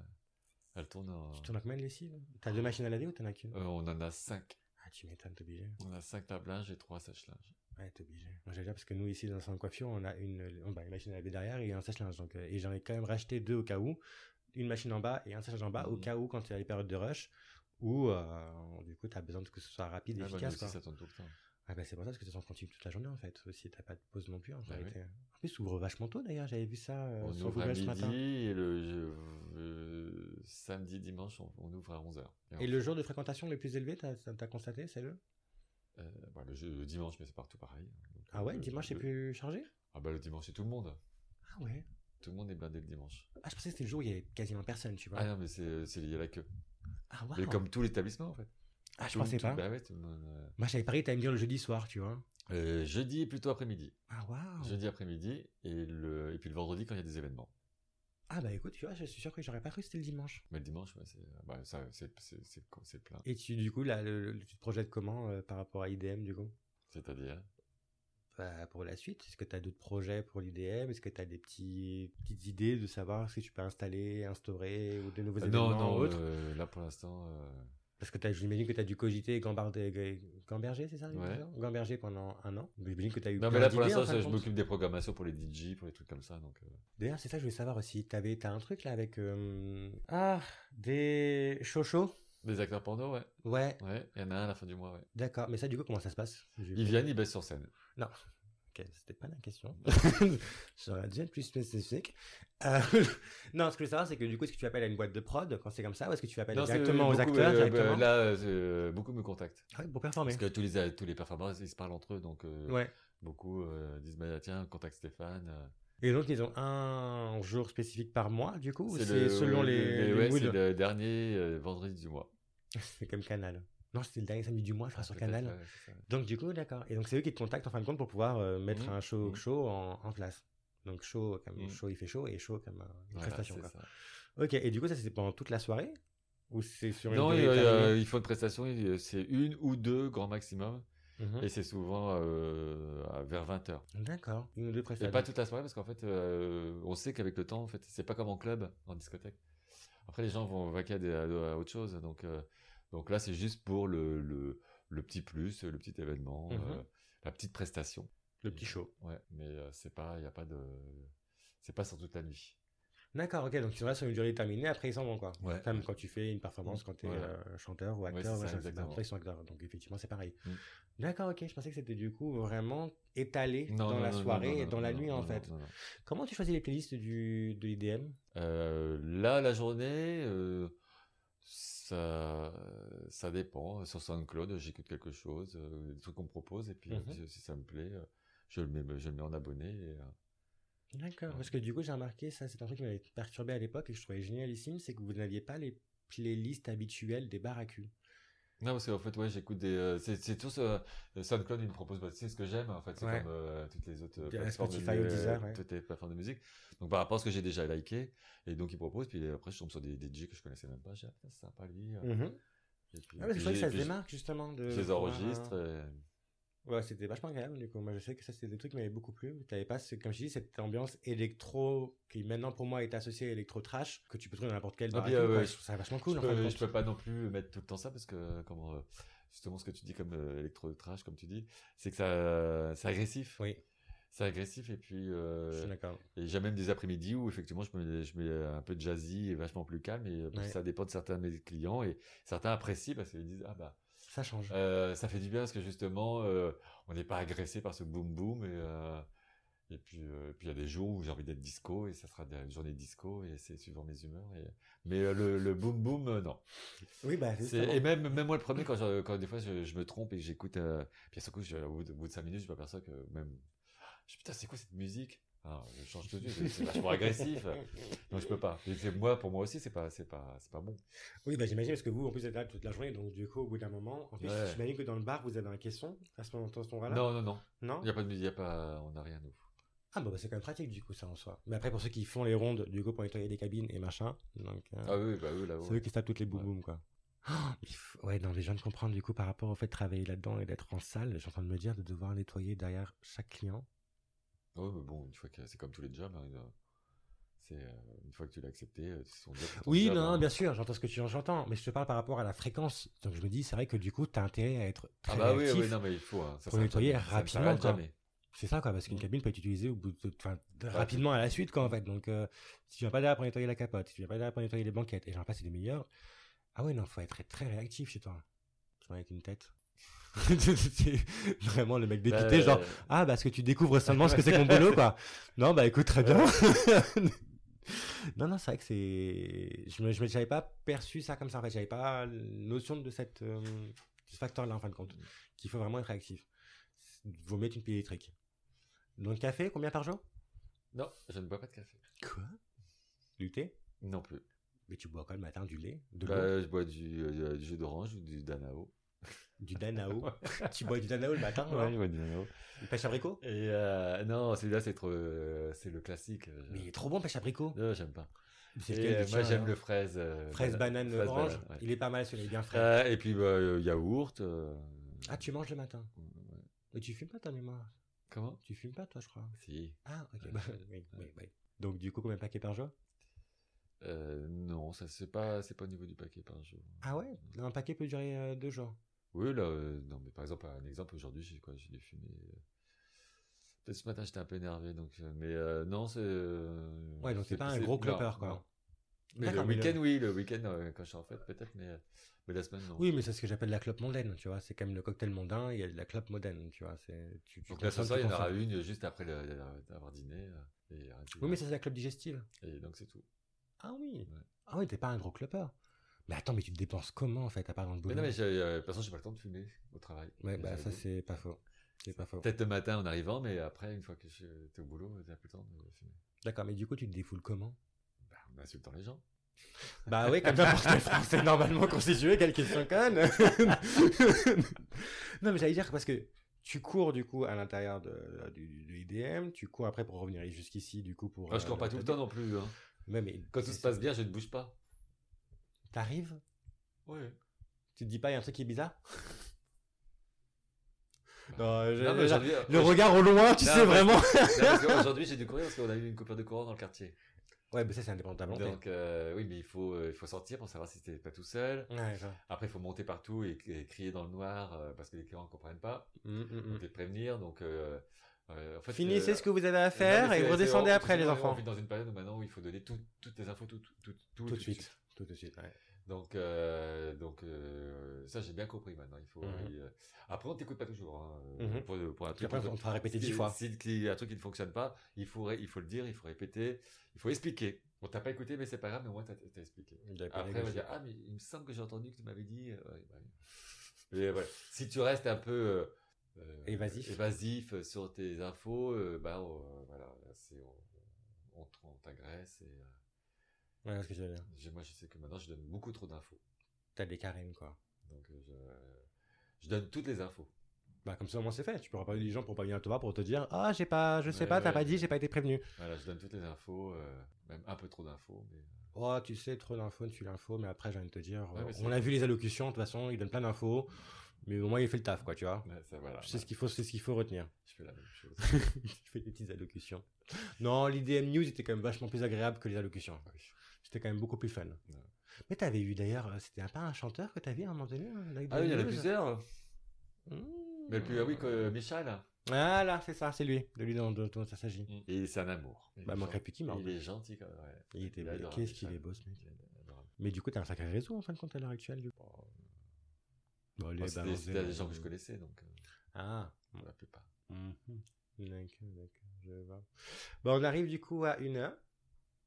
Speaker 2: elle tourne en-
Speaker 1: Tu tournes à combien de lessive T'as deux machines à laver ou t'en as qu'une
Speaker 2: Euh, on en a 5.
Speaker 1: Ah, tu m'étonnes, t'es obligé.
Speaker 2: On a 5 lave-linges et 3 sèche-linges.
Speaker 1: Ouais, t'es obligé. Moi, j'allais dire, parce que nous, ici, dans le salon de coiffure, on a une, on- bah, une machine à laver derrière et un sèche-linge. Donc, euh, et j'en ai quand même racheté deux au cas où. Une machine en bas et un sèche-linge en bas, au
Speaker 2: Mhm.
Speaker 1: cas où, quand il y a les périodes de rush, où euh, du coup, t'as besoin de que ce soit rapide et
Speaker 2: Ah bah, nous
Speaker 1: efficace.
Speaker 2: aussi,
Speaker 1: quoi.
Speaker 2: ça tourne tout le temps.
Speaker 1: Ah, bah, c'est pour ça, parce que de toute façon, on continue toute la journée en fait. Aussi, t'as pas de pause non plus en
Speaker 2: Bah oui.
Speaker 1: réalité. En plus, ouvre vachement tôt d'ailleurs, j'avais vu ça euh,
Speaker 2: on
Speaker 1: sur
Speaker 2: ouvre à
Speaker 1: Google ce
Speaker 2: midi
Speaker 1: matin.
Speaker 2: et le je- euh, samedi, dimanche, on, on ouvre à 11h.
Speaker 1: Et le jour de fréquentation le plus élevé, t'as t'as- t'as constaté, c'est le
Speaker 2: euh, bah, le, jeu- le dimanche, mais c'est partout pareil. Donc,
Speaker 1: Ah ouais,
Speaker 2: euh,
Speaker 1: le dimanche c'est
Speaker 2: le-
Speaker 1: plus chargé
Speaker 2: Ah bah le dimanche, c'est tout le monde.
Speaker 1: Ah ouais
Speaker 2: Tout le monde est blindé le dimanche.
Speaker 1: Ah, je pensais que c'était le jour où il y avait quasiment personne, tu vois.
Speaker 2: Ah non, mais c'est c'est lié à la queue.
Speaker 1: Ah, waouh
Speaker 2: Mais comme tout l'établissement, en fait.
Speaker 1: Ah, je
Speaker 2: Tout le-
Speaker 1: pensais
Speaker 2: tout-
Speaker 1: pas.
Speaker 2: Bah ouais, tout le monde, euh,
Speaker 1: Moi, j'avais parié, t'allais me dire le jeudi soir, tu vois.
Speaker 2: euh, jeudi, plutôt après-midi.
Speaker 1: Ah, waouh
Speaker 2: Jeudi après-midi et, le... et puis le vendredi quand il y a des événements.
Speaker 1: Ah, bah écoute, tu vois, je suis sûr que j'aurais pas cru que c'était le dimanche.
Speaker 2: Mais le dimanche, ouais, c'est bah, ça, c'est- c'est- c'est- c'est plein.
Speaker 1: Et tu, du coup, là, le- le- tu te projettes comment euh, par rapport à IDM, du coup
Speaker 2: C'est-à-dire
Speaker 1: Bah, Pour la suite, est-ce que t'as d'autres projets pour l'IDM Est-ce que t'as des petits, petites idées de savoir si tu peux installer, instaurer ou de nouveaux
Speaker 2: Euh,
Speaker 1: événements
Speaker 2: Non, non,
Speaker 1: ou autres
Speaker 2: euh, là pour l'instant, euh,
Speaker 1: Parce que t'as- j'imagine que tu as dû cogiter et gambarder- g- gamberger, c'est ça le
Speaker 2: Ouais.
Speaker 1: terme Gamberger pendant un an. Mais J'imagine que tu as eu.
Speaker 2: Non, mais
Speaker 1: plein
Speaker 2: là, pour
Speaker 1: d'idées,
Speaker 2: l'instant,
Speaker 1: en fin
Speaker 2: ça,
Speaker 1: de
Speaker 2: je
Speaker 1: compte.
Speaker 2: m'occupe des programmations pour les DJ, pour les trucs comme ça. Donc, euh,
Speaker 1: D'ailleurs, c'est ça que je voulais savoir aussi. T'avais, t'as un truc là avec. euh, Ah, des chochos
Speaker 2: des acteurs porno, ouais.
Speaker 1: Ouais,
Speaker 2: Ouais, il y en a un à la fin du mois, ouais.
Speaker 1: d'accord. Mais ça, du coup, comment ça se passe Je-
Speaker 2: Ils viennent, ils baissent sur scène.
Speaker 1: Ok, c'était pas la question. J'aurais dû être plus spécifique. Euh, non, ce que je veux savoir, c'est que du coup, est-ce que tu appelles à une boîte de prod quand c'est comme ça ou est-ce que tu appelles
Speaker 2: Non, c'est-
Speaker 1: directement aux
Speaker 2: beaucoup,
Speaker 1: acteurs
Speaker 2: euh,
Speaker 1: directement
Speaker 2: bah, Là, euh, beaucoup me contactent.
Speaker 1: Ah oui, Pour performer.
Speaker 2: Parce que tous les, euh, tous les performeurs, ils se parlent entre eux, donc euh,
Speaker 1: Ouais.
Speaker 2: beaucoup euh, disent bah, tiens, contacte Stéphane. euh.
Speaker 1: Et donc, ils ont un jour spécifique par mois, du coup ou C'est,
Speaker 2: le-
Speaker 1: selon
Speaker 2: le-
Speaker 1: les, les
Speaker 2: ouais,
Speaker 1: moods
Speaker 2: c'est le dernier euh, vendredi du mois.
Speaker 1: C'est comme Canal. Non, c'était le dernier samedi du mois, je crois, sur
Speaker 2: Peut-être,
Speaker 1: Canal.
Speaker 2: ouais, c'est ça.
Speaker 1: Donc, du coup, d'accord. Et donc, c'est eux qui te contactent en fin de compte pour pouvoir euh, mettre
Speaker 2: Mhm.
Speaker 1: un show,
Speaker 2: Mhm.
Speaker 1: show en, en place. Donc, show comme
Speaker 2: Mhm.
Speaker 1: show, il fait chaud, et show comme euh, une
Speaker 2: Voilà,
Speaker 1: prestation.
Speaker 2: c'est
Speaker 1: quoi.
Speaker 2: ça.
Speaker 1: Ok, et du coup, ça, c'est pendant toute la soirée Ou c'est sur une
Speaker 2: Non, il,
Speaker 1: durée déterminée
Speaker 2: euh, il faut une prestation, il- c'est une ou deux grand maximum,
Speaker 1: Mhm.
Speaker 2: et c'est souvent euh, à- vers 20h.
Speaker 1: D'accord. Une ou deux
Speaker 2: Et
Speaker 1: prestations.
Speaker 2: pas toute la soirée parce qu'en fait, euh, on sait qu'avec le temps, en fait, c'est pas comme en club, en discothèque. Après, les gens vont vaquer à, des- à- à autre chose. Donc, euh, donc là, c'est juste pour le, le, le petit plus, le petit événement,
Speaker 1: Mhm.
Speaker 2: euh, la petite prestation.
Speaker 1: Le petit show.
Speaker 2: Ouais, mais euh, c'est pas, il y a pas de, c'est pas sur toute la nuit.
Speaker 1: D'accord, ok. Donc, ils sont là sur une durée déterminée, après, ils s'en vont, quoi.
Speaker 2: Ouais.
Speaker 1: Comme quand tu fais une performance, quand tu es
Speaker 2: Voilà.
Speaker 1: chanteur ou
Speaker 2: Mmh. Ouais,
Speaker 1: acteur,
Speaker 2: c'est ça,
Speaker 1: machin, etc.
Speaker 2: exactement.
Speaker 1: Après, ils sont acteurs, donc effectivement c'est pareil.
Speaker 2: Mm.
Speaker 1: D'accord, ok, je pensais que c'était du coup vraiment étalé
Speaker 2: Non,
Speaker 1: dans
Speaker 2: non,
Speaker 1: la
Speaker 2: non, non,
Speaker 1: soirée
Speaker 2: non,
Speaker 1: et
Speaker 2: non,
Speaker 1: dans la
Speaker 2: non,
Speaker 1: nuit
Speaker 2: non,
Speaker 1: en
Speaker 2: non,
Speaker 1: fait.
Speaker 2: non, non.
Speaker 1: Comment tu choisis les playlists du, de l'IDM
Speaker 2: Euh, là, la journée, euh, ça, ça dépend. Sur SoundCloud, j'écoute quelque chose, euh, des trucs qu'on me propose, et puis euh,
Speaker 1: Mhm.
Speaker 2: si- si ça me plaît, euh, je le mets, je le mets en abonné. et, euh,
Speaker 1: D'accord,
Speaker 2: Ouais.
Speaker 1: parce que du coup j'ai remarqué, ça c'est un truc qui m'avait perturbé à l'époque et que je trouvais génialissime, c'est que vous n'aviez pas les playlists habituelles des bars à cul.
Speaker 2: Non, parce qu'en fait, ouais, j'écoute des. euh, c'est, c'est tout ce. le SoundCloud, il me propose. bah, c'est ce que j'aime, en fait. C'est
Speaker 1: Ouais.
Speaker 2: comme euh, toutes les autres. euh,
Speaker 1: Bien,
Speaker 2: plateformes
Speaker 1: Spotify ou
Speaker 2: de,
Speaker 1: Deezer, ouais.
Speaker 2: Toutes les plateformes de musique. Donc, par rapport à ce que j'ai déjà liké. Et donc, il propose. Puis après, je tombe sur des, des DJ que je connaissais même pas. Je dis, ah, putain, c'est sympa, lui.
Speaker 1: Mhm.
Speaker 2: Et puis-
Speaker 1: Ah ouais,
Speaker 2: puis
Speaker 1: je trouvais que
Speaker 2: j'ai-
Speaker 1: ça se
Speaker 2: puis je-
Speaker 1: démarque justement de.
Speaker 2: Je les
Speaker 1: pouvoir,
Speaker 2: enregistre.
Speaker 1: euh,
Speaker 2: et-
Speaker 1: Ouais, c'était vachement agréable du coup. Moi je sais que ça c'était des trucs qui m'avaient beaucoup plu. T'avais pas, ce- comme je dis, cette ambiance électro qui maintenant pour moi est associée à électro-trash que tu peux trouver dans n'importe quel
Speaker 2: Ah,
Speaker 1: bar à
Speaker 2: puis,
Speaker 1: cul.
Speaker 2: euh,
Speaker 1: quoi.
Speaker 2: ouais,
Speaker 1: Je trouve ça vachement cool
Speaker 2: je,
Speaker 1: en fin de
Speaker 2: peux,
Speaker 1: compte.
Speaker 2: je peux pas non plus mettre tout le temps ça parce que, comment. euh, justement, ce que tu dis comme euh, électro-trash, comme tu dis, c'est que ça, c'est agressif.
Speaker 1: Oui,
Speaker 2: C'est agressif. Et puis. euh,
Speaker 1: je suis d'accord.
Speaker 2: Et j'ai même des après-midi où effectivement je mets, je mets un peu de jazzy et vachement plus calme. Et euh,
Speaker 1: Ouais.
Speaker 2: ça dépend de certains de mes clients. Et certains apprécient parce qu'ils disent Ah bah,
Speaker 1: Ça change.
Speaker 2: Euh, ça fait du bien parce que justement, euh, on n'est pas agressé par ce boom boom et, euh, et puis euh, et puis il y a des jours où j'ai envie d'être disco et ça sera des- une journée disco et c'est suivant mes humeurs. et- Mais euh, le, le boom boom, euh, non.
Speaker 1: Oui, bah,
Speaker 2: C'est-
Speaker 1: justement.
Speaker 2: Et même même moi le premier quand, je- quand des fois je, je me trompe et que j'écoute, euh, puis à ce coup je- au bout de- au bout de cinq minutes je m'aperçois que même, je, putain c'est quoi cette musique Ah, Je change tout de suite, c'est vachement agressif. Donc je peux pas. Et c'est- moi pour moi aussi c'est pas c'est pas c'est pas bon.
Speaker 1: Oui, bah, j'imagine, parce que vous, en plus, vous êtes là toute la journée, donc du coup, au bout d'un moment, en plus,
Speaker 2: Ouais.
Speaker 1: j'imagine que dans le bar, vous avez un caisson à ce moment- à ce moment-là.
Speaker 2: Non non non.
Speaker 1: Non
Speaker 2: Il y a pas de musique, il y a pas, on n'a rien nous.
Speaker 1: Ah, bah, bah, c'est quand même pratique, du coup, ça en soi. Mais après, pour ceux qui font les rondes, du coup, pour nettoyer les cabines et machin, donc. euh,
Speaker 2: Ah oui bah oui là.
Speaker 1: C'est eux qui se tapent toutes les boum quoi. Ah, mais f- Ouais, non, mais je viens de comprendre du coup par rapport au fait de travailler là-dedans et d'être en salle, je suis en train de me dire de devoir nettoyer derrière chaque client.
Speaker 2: Ah Oui, mais bon, une fois que c'est comme tous les jobs, hein, euh, c'est euh, une fois que tu l'as accepté, euh, c'est ton job, c'est ton
Speaker 1: Oui,
Speaker 2: job,
Speaker 1: non,
Speaker 2: hein.
Speaker 1: non, bien sûr, j'entends ce que tu j'entends, mais je te parle par rapport à la fréquence. Donc je me dis, c'est vrai que du coup, t'as intérêt à être très
Speaker 2: Ah bah oui,
Speaker 1: réactif.
Speaker 2: oui, non mais il faut. Hein, ça
Speaker 1: pour
Speaker 2: s'arrête
Speaker 1: nettoyer
Speaker 2: jamais, ça ne
Speaker 1: rapidement,
Speaker 2: s'arrête
Speaker 1: quoi.
Speaker 2: jamais.
Speaker 1: C'est ça, quoi, parce qu'une
Speaker 2: Mm.
Speaker 1: cabine peut être utilisée au bout de, enfin, de- rapidement à la suite, quoi, en fait. Donc, euh, si tu viens pas derrière pour nettoyer la capote, si tu viens pas derrière pour nettoyer les banquettes, et j'en passe, c'est des meilleurs. Ah ouais, non, faut être très réactif chez toi. Tu vois, avec une tête. Vraiment, le mec
Speaker 2: Bah,
Speaker 1: dépité, genre,
Speaker 2: euh,
Speaker 1: Ah, parce que tu découvres seulement ce que c'est que mon boulot, quoi. Non, bah écoute, très bien. non, non, c'est vrai que c'est. Je me, je me- j'avais pas perçu ça comme ça, en fait. J'avais pas notion de cette, euh, ce facteur-là, en fin de compte. Qu'il faut vraiment être réactif. Vaut mieux être une pile électrique. Donc, café, combien par jour
Speaker 2: Non, je ne bois pas de café.
Speaker 1: Quoi Du thé
Speaker 2: Non plus.
Speaker 1: Mais tu bois quoi le matin Du lait De l'eau
Speaker 2: Bah, je bois du, euh, du jus d'orange ou du Danao.
Speaker 1: Du danao Tu bois du danao le matin
Speaker 2: Ouais, je
Speaker 1: Ah ouais.
Speaker 2: bois du Danao.
Speaker 1: Pêche abricot
Speaker 2: Et euh, non, celui-là c'est trop, euh, c'est le classique. euh,
Speaker 1: Mais il est trop bon, pêche abricot
Speaker 2: Non, j'aime pas.
Speaker 1: C'est
Speaker 2: Et,
Speaker 1: lequel,
Speaker 2: euh,
Speaker 1: le
Speaker 2: moi
Speaker 1: tien,
Speaker 2: j'aime
Speaker 1: alors
Speaker 2: le fraise. euh,
Speaker 1: Fraise, banane,
Speaker 2: fraise,
Speaker 1: orange.
Speaker 2: banane, ouais.
Speaker 1: Il est pas mal, celui-là, il est bien frais.
Speaker 2: Euh, et puis bah, euh, yaourt. euh,
Speaker 1: Ah, tu manges le matin
Speaker 2: ouais.
Speaker 1: Mais tu fumes pas, ta mémoire.
Speaker 2: Comment
Speaker 1: Tu fumes pas, toi, je crois.
Speaker 2: Si.
Speaker 1: Ah, ok.
Speaker 2: Ouais.
Speaker 1: bah, oui, oui, oui. Donc, du coup, combien de paquets par jour
Speaker 2: Euh, non, ça c'est pas, c'est pas au niveau du paquet par jour.
Speaker 1: Ah ouais Un paquet peut durer euh, deux jours.
Speaker 2: Oui, là, euh, non, mais par exemple, un exemple aujourd'hui, j'ai quoi, j'ai dû fumer. euh, Peut-être ce matin, j'étais un peu énervé, donc. euh, Mais euh, non, c'est. euh,
Speaker 1: Ouais, donc t'es
Speaker 2: c'est-
Speaker 1: pas un
Speaker 2: c'est-
Speaker 1: gros
Speaker 2: non,
Speaker 1: clopeur,
Speaker 2: non.
Speaker 1: quoi.
Speaker 2: Mais le
Speaker 1: D'accord, mais le-
Speaker 2: week-end, oui, le week-end, euh, quand je suis en fête, peut-être, mais, mais la semaine, non.
Speaker 1: Oui, mais c'est ce que j'appelle la clope mondaine, tu vois. C'est quand même le cocktail mondain, il y a de la clope mondaine, tu vois. c'est- Tu, tu
Speaker 2: donc là, ce
Speaker 1: consommes,
Speaker 2: soir,
Speaker 1: tu
Speaker 2: il y en aura
Speaker 1: consommes.
Speaker 2: une juste après le- le- d'avoir dîné. euh, Et, rien de plus.
Speaker 1: Oui, mais ça, c'est la clope digestive.
Speaker 2: et donc, c'est tout.
Speaker 1: Ah oui
Speaker 2: Ouais.
Speaker 1: Ah oui, t'es pas un gros clopeur. Mais attends, mais tu te dépenses comment, en fait, à part dans le
Speaker 2: Mais
Speaker 1: boulot
Speaker 2: non, mais j'ai, euh, de toute façon, j'ai pas le temps de fumer au travail.
Speaker 1: Ouais, bah
Speaker 2: J'ai-
Speaker 1: ça, c'est pas faux. C'est pas faux.
Speaker 2: Peut-être le matin en arrivant, mais après, une fois que je- t'es au boulot, t'as plus le temps de fumer.
Speaker 1: D'accord, mais du coup, tu te défoules comment
Speaker 2: Bah, en insultant les gens.
Speaker 1: Bah oui, comme n'importe quel français normalement constitué, quelle question conne Non mais j'allais dire parce que tu cours du coup à l'intérieur de, du, du- de l'IDM, tu cours après pour revenir jusqu'ici du coup pour...
Speaker 2: Moi, Ah, je
Speaker 1: euh,
Speaker 2: cours pas tout le temps non plus. hein.
Speaker 1: Ouais, mais
Speaker 2: Quand tout se passe bien, je ne bouge pas.
Speaker 1: T'arrives
Speaker 2: Oui.
Speaker 1: Tu te dis pas il y a un truc qui est bizarre
Speaker 2: Bah, Non,
Speaker 1: Non, je-
Speaker 2: mais
Speaker 1: je-
Speaker 2: aujourd'hui,
Speaker 1: Le regard au loin, tu
Speaker 2: Non,
Speaker 1: sais
Speaker 2: mais-
Speaker 1: vraiment
Speaker 2: Non, parce que aujourd'hui, j'ai dû courir parce qu'on a eu une coupure de courant dans le quartier.
Speaker 1: Ouais mais ça c'est indépendant de ta volonté.
Speaker 2: Donc, euh, oui, mais il faut, euh, il faut sortir pour savoir si t'es pas tout seul.
Speaker 1: Ouais, ça.
Speaker 2: Après, il faut monter partout et, et crier dans le noir euh, parce que les clients ne comprennent pas.
Speaker 1: Mm, mm,
Speaker 2: Il
Speaker 1: mm.
Speaker 2: faut les prévenir. Donc, euh, euh, en fait,
Speaker 1: Finissez
Speaker 2: euh,
Speaker 1: ce que vous avez à
Speaker 2: non, mais
Speaker 1: faire
Speaker 2: c'est-
Speaker 1: et
Speaker 2: c'est-
Speaker 1: redescendez
Speaker 2: on-
Speaker 1: après les
Speaker 2: on- On
Speaker 1: enfants.
Speaker 2: vit dans une période où maintenant où il faut donner tout- toutes les infos tout, tout, tout, tout,
Speaker 1: Tout de suite. Tout de suite, ouais.
Speaker 2: Donc, euh, donc euh, ça, j'ai bien compris maintenant. Il faut,
Speaker 1: Mhm.
Speaker 2: il, euh, Après, on t'écoute pas toujours. hein,
Speaker 1: Mhm.
Speaker 2: pour, pour un
Speaker 1: Puis
Speaker 2: truc.
Speaker 1: après on te fera répéter
Speaker 2: Si-
Speaker 1: dix fois.
Speaker 2: Si le cli- un truc qui ne fonctionne pas, il faut, ré- il faut le dire, il faut répéter, il faut expliquer. On t'a pas écouté, mais c'est pas grave, mais au moins t'as t'as expliqué. Après, on va dire Ah, mais il me semble que j'ai entendu que tu m'avais dit. euh, ouais, bah oui. Et voilà. Si tu restes un peu. euh, euh,
Speaker 1: Évasif.
Speaker 2: évasif euh, sur tes infos, euh, bah, on- voilà, c'est- on, on te- on t'agresse. Et, euh,
Speaker 1: Ouais, parce que je veux dire.
Speaker 2: j'ai- moi, je sais que maintenant, je donne beaucoup trop d'infos.
Speaker 1: T'as des carènes quoi.
Speaker 2: Donc, euh, je, je donne toutes les infos.
Speaker 1: Bah comme ça au moins c'est fait, tu pourras pas les gens pour pas venir à toi pour te dire ah j'ai pas je sais
Speaker 2: Ouais,
Speaker 1: pas, t'as
Speaker 2: ouais.
Speaker 1: pas dit, j'ai pas été prévenu.
Speaker 2: Voilà, je donne toutes les infos, euh, même un peu trop d'infos. Mais...
Speaker 1: Oh tu sais trop d'infos, tu l'info, mais après j'ai envie de te dire
Speaker 2: Ouais,
Speaker 1: euh,
Speaker 2: mais c'est-
Speaker 1: on a vu les allocutions, de toute façon il donne plein d'infos, mais au moins il fait le taf quoi tu vois.
Speaker 2: Ouais, ça, voilà.
Speaker 1: Je sais ce qu'il faut, c'est ce qu'il faut retenir.
Speaker 2: Je fais la même chose.
Speaker 1: je fais des petites allocutions. Non, l'IDM News était quand même vachement plus agréable que les allocutions.
Speaker 2: Ah
Speaker 1: C'était quand même beaucoup plus fun. Mais t'avais eu d'ailleurs, euh, c'était un- pas un chanteur que t'avais à un moment donné hein, l'IDM
Speaker 2: Ah oui, il y en a
Speaker 1: News
Speaker 2: plusieurs.
Speaker 1: Mmh.
Speaker 2: Mais le plus, ah oui, que Michel.
Speaker 1: Ah là, c'est ça, c'est lui, de lui dont, dont- dont ça s'agit.
Speaker 2: Et c'est un amour.
Speaker 1: Bah,
Speaker 2: Il est
Speaker 1: manquerait plus qu'il
Speaker 2: gentil.
Speaker 1: meure.
Speaker 2: Il est gentil quand même. ouais.
Speaker 1: Il était
Speaker 2: est
Speaker 1: beau.
Speaker 2: adorable,
Speaker 1: Qu'est-ce qu'il
Speaker 2: Michel.
Speaker 1: est beau, ce mec. Oh,
Speaker 2: Il est adorable.
Speaker 1: Mais du coup, t'as un sacré réseau en fin de compte à l'heure actuelle, du coup. Ouais, coller,
Speaker 2: Moi, C'était
Speaker 1: balancer
Speaker 2: c'était
Speaker 1: dans
Speaker 2: Oh, des gens
Speaker 1: le-
Speaker 2: que je connaissais, donc euh,
Speaker 1: Ah,
Speaker 2: la plupart.
Speaker 1: Mhm. D'accord, d'accord, je vois. Bon, on arrive du coup à une heure.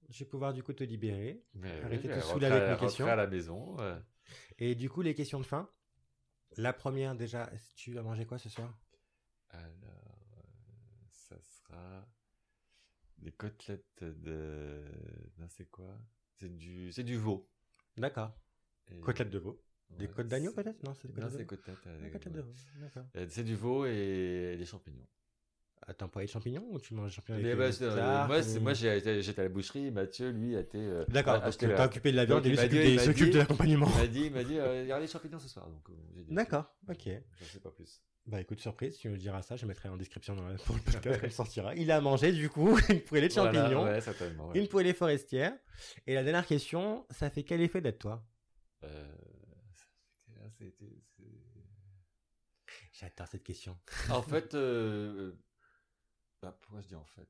Speaker 1: Je vais pouvoir du coup te libérer.
Speaker 2: Mais
Speaker 1: Arrêtez
Speaker 2: oui,
Speaker 1: de
Speaker 2: euh,
Speaker 1: saouler
Speaker 2: rentrer
Speaker 1: avec
Speaker 2: à-
Speaker 1: mes
Speaker 2: rentrer
Speaker 1: questions.
Speaker 2: à la maison. euh,
Speaker 1: Et du coup, les questions de fin. La première, déjà, tu as mangé quoi ce soir
Speaker 2: Alors, euh, ça sera des côtelettes de. Non, c'est quoi C'est du, c'est du veau.
Speaker 1: D'accord.
Speaker 2: Et-
Speaker 1: Côtelettes de veau. Des
Speaker 2: ouais,
Speaker 1: côtes d'agneau
Speaker 2: c'est-
Speaker 1: peut-être Non, c'est des
Speaker 2: Non,
Speaker 1: côtelettes
Speaker 2: c'est
Speaker 1: de
Speaker 2: des
Speaker 1: veau.
Speaker 2: côtelettes. euh,
Speaker 1: Des
Speaker 2: des-
Speaker 1: côtelettes de
Speaker 2: ouais.
Speaker 1: veau, d'accord.
Speaker 2: Euh, C'est du veau et des champignons.
Speaker 1: Attends, pas les champignons ou tu manges des champignons
Speaker 2: Mais
Speaker 1: avec
Speaker 2: bah,
Speaker 1: les
Speaker 2: c'est- euh,
Speaker 1: tartes
Speaker 2: moi, c'est-
Speaker 1: ou-
Speaker 2: moi, j'ai été- j'étais à la boucherie, Mathieu, lui, a été. euh,
Speaker 1: D'accord, ah,
Speaker 2: a
Speaker 1: parce
Speaker 2: acheté
Speaker 1: que
Speaker 2: la-
Speaker 1: t'as occupé de la viande
Speaker 2: Donc,
Speaker 1: et
Speaker 2: il
Speaker 1: lui
Speaker 2: m'a
Speaker 1: s'occupe
Speaker 2: dit- il
Speaker 1: des-
Speaker 2: m'a
Speaker 1: s'occupe
Speaker 2: dit-
Speaker 1: de l'accompagnement.
Speaker 2: Il m'a dit, il m'a dit, euh, regarde les champignons ce soir. Donc, euh, j'ai dit,
Speaker 1: D'accord,
Speaker 2: ok.
Speaker 1: ok.
Speaker 2: J'en sais pas plus.
Speaker 1: Bah écoute, surprise, tu nous diras ça, je mettrai en description dans la- pour le podcast quand il sortira. Il a mangé du coup une poêlée de
Speaker 2: Voilà,
Speaker 1: champignons,
Speaker 2: ouais, certainement. ouais.
Speaker 1: une poêlée forestière. Et la dernière question, ça fait quel effet d'être toi
Speaker 2: Euh, ça, ah, c'est- c'est- c'est-
Speaker 1: J'adore cette question.
Speaker 2: En fait, euh, euh, bah, pourquoi je dis en fait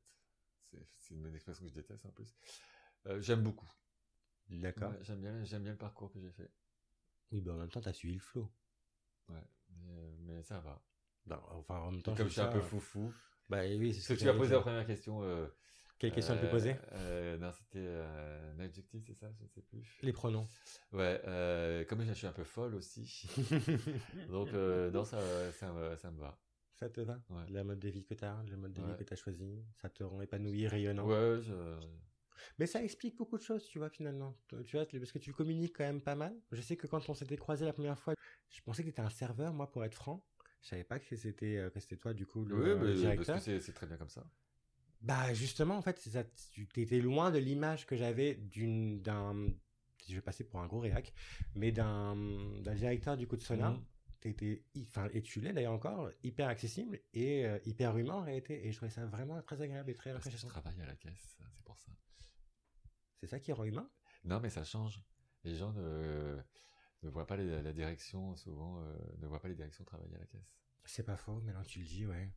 Speaker 2: C'est c'est une expression que je déteste en plus. Euh, j'aime beaucoup.
Speaker 1: D'accord.
Speaker 2: Ouais, j'aime bien, j'aime bien le parcours que j'ai fait.
Speaker 1: Oui, bah en même temps, t'as suivi le flow.
Speaker 2: Ouais, mais, euh, mais ça va.
Speaker 1: Non, enfin, en même
Speaker 2: Et
Speaker 1: temps,
Speaker 2: comme je
Speaker 1: c'est
Speaker 2: suis un
Speaker 1: ça,
Speaker 2: peu
Speaker 1: ouais.
Speaker 2: foufou.
Speaker 1: Bah oui, c'est
Speaker 2: Parce
Speaker 1: ce
Speaker 2: que tu m'as
Speaker 1: j'allais
Speaker 2: posé
Speaker 1: dire.
Speaker 2: la première question. euh,
Speaker 1: Quelle question tu
Speaker 2: euh,
Speaker 1: peux poser
Speaker 2: euh, Non, c'était euh, un adjectif, c'est ça Je ne sais plus.
Speaker 1: Les pronoms.
Speaker 2: Ouais, euh, comme je suis un peu folle aussi. donc, euh, non, ça, ça, me- ça me va.
Speaker 1: Ça te va
Speaker 2: Ouais.
Speaker 1: La mode de vie que t'as, le mode de vie
Speaker 2: Ouais.
Speaker 1: que t'as choisi, ça te rend épanoui, rayonnant.
Speaker 2: Ouais, je.
Speaker 1: Mais ça explique beaucoup de choses, tu vois, finalement. Tu tu vois, parce que tu communiques quand même pas mal. Je sais que quand on s'était croisé la première fois, je pensais que t'étais un serveur, moi, pour être franc. Je savais pas que c'était euh, que c'était toi, du coup, le,
Speaker 2: Oui,
Speaker 1: euh, le
Speaker 2: mais bah, parce
Speaker 1: directeur.
Speaker 2: que c'est- c'est très bien comme ça.
Speaker 1: Bah, justement, en fait, c'est ça, tu étais loin de l'image que j'avais d'une, d'un, je vais passer pour un gros réac, mais d'un, d'un directeur, du coup, de Sona.
Speaker 2: Mhm.
Speaker 1: T'étais, hy- enfin, et tu l'es d'ailleurs encore, hyper accessible et euh, hyper humain en réalité. Et je trouvais ça vraiment très agréable et très
Speaker 2: Parce que je
Speaker 1: rafraîchissant.
Speaker 2: travaille à la caisse, c'est pour ça.
Speaker 1: C'est ça qui rend humain
Speaker 2: Non, mais ça change. Les gens ne, ne voient pas les- la direction, souvent, euh, ne voient pas les directions travailler à la caisse.
Speaker 1: C'est pas faux, maintenant que tu le dis, ouais.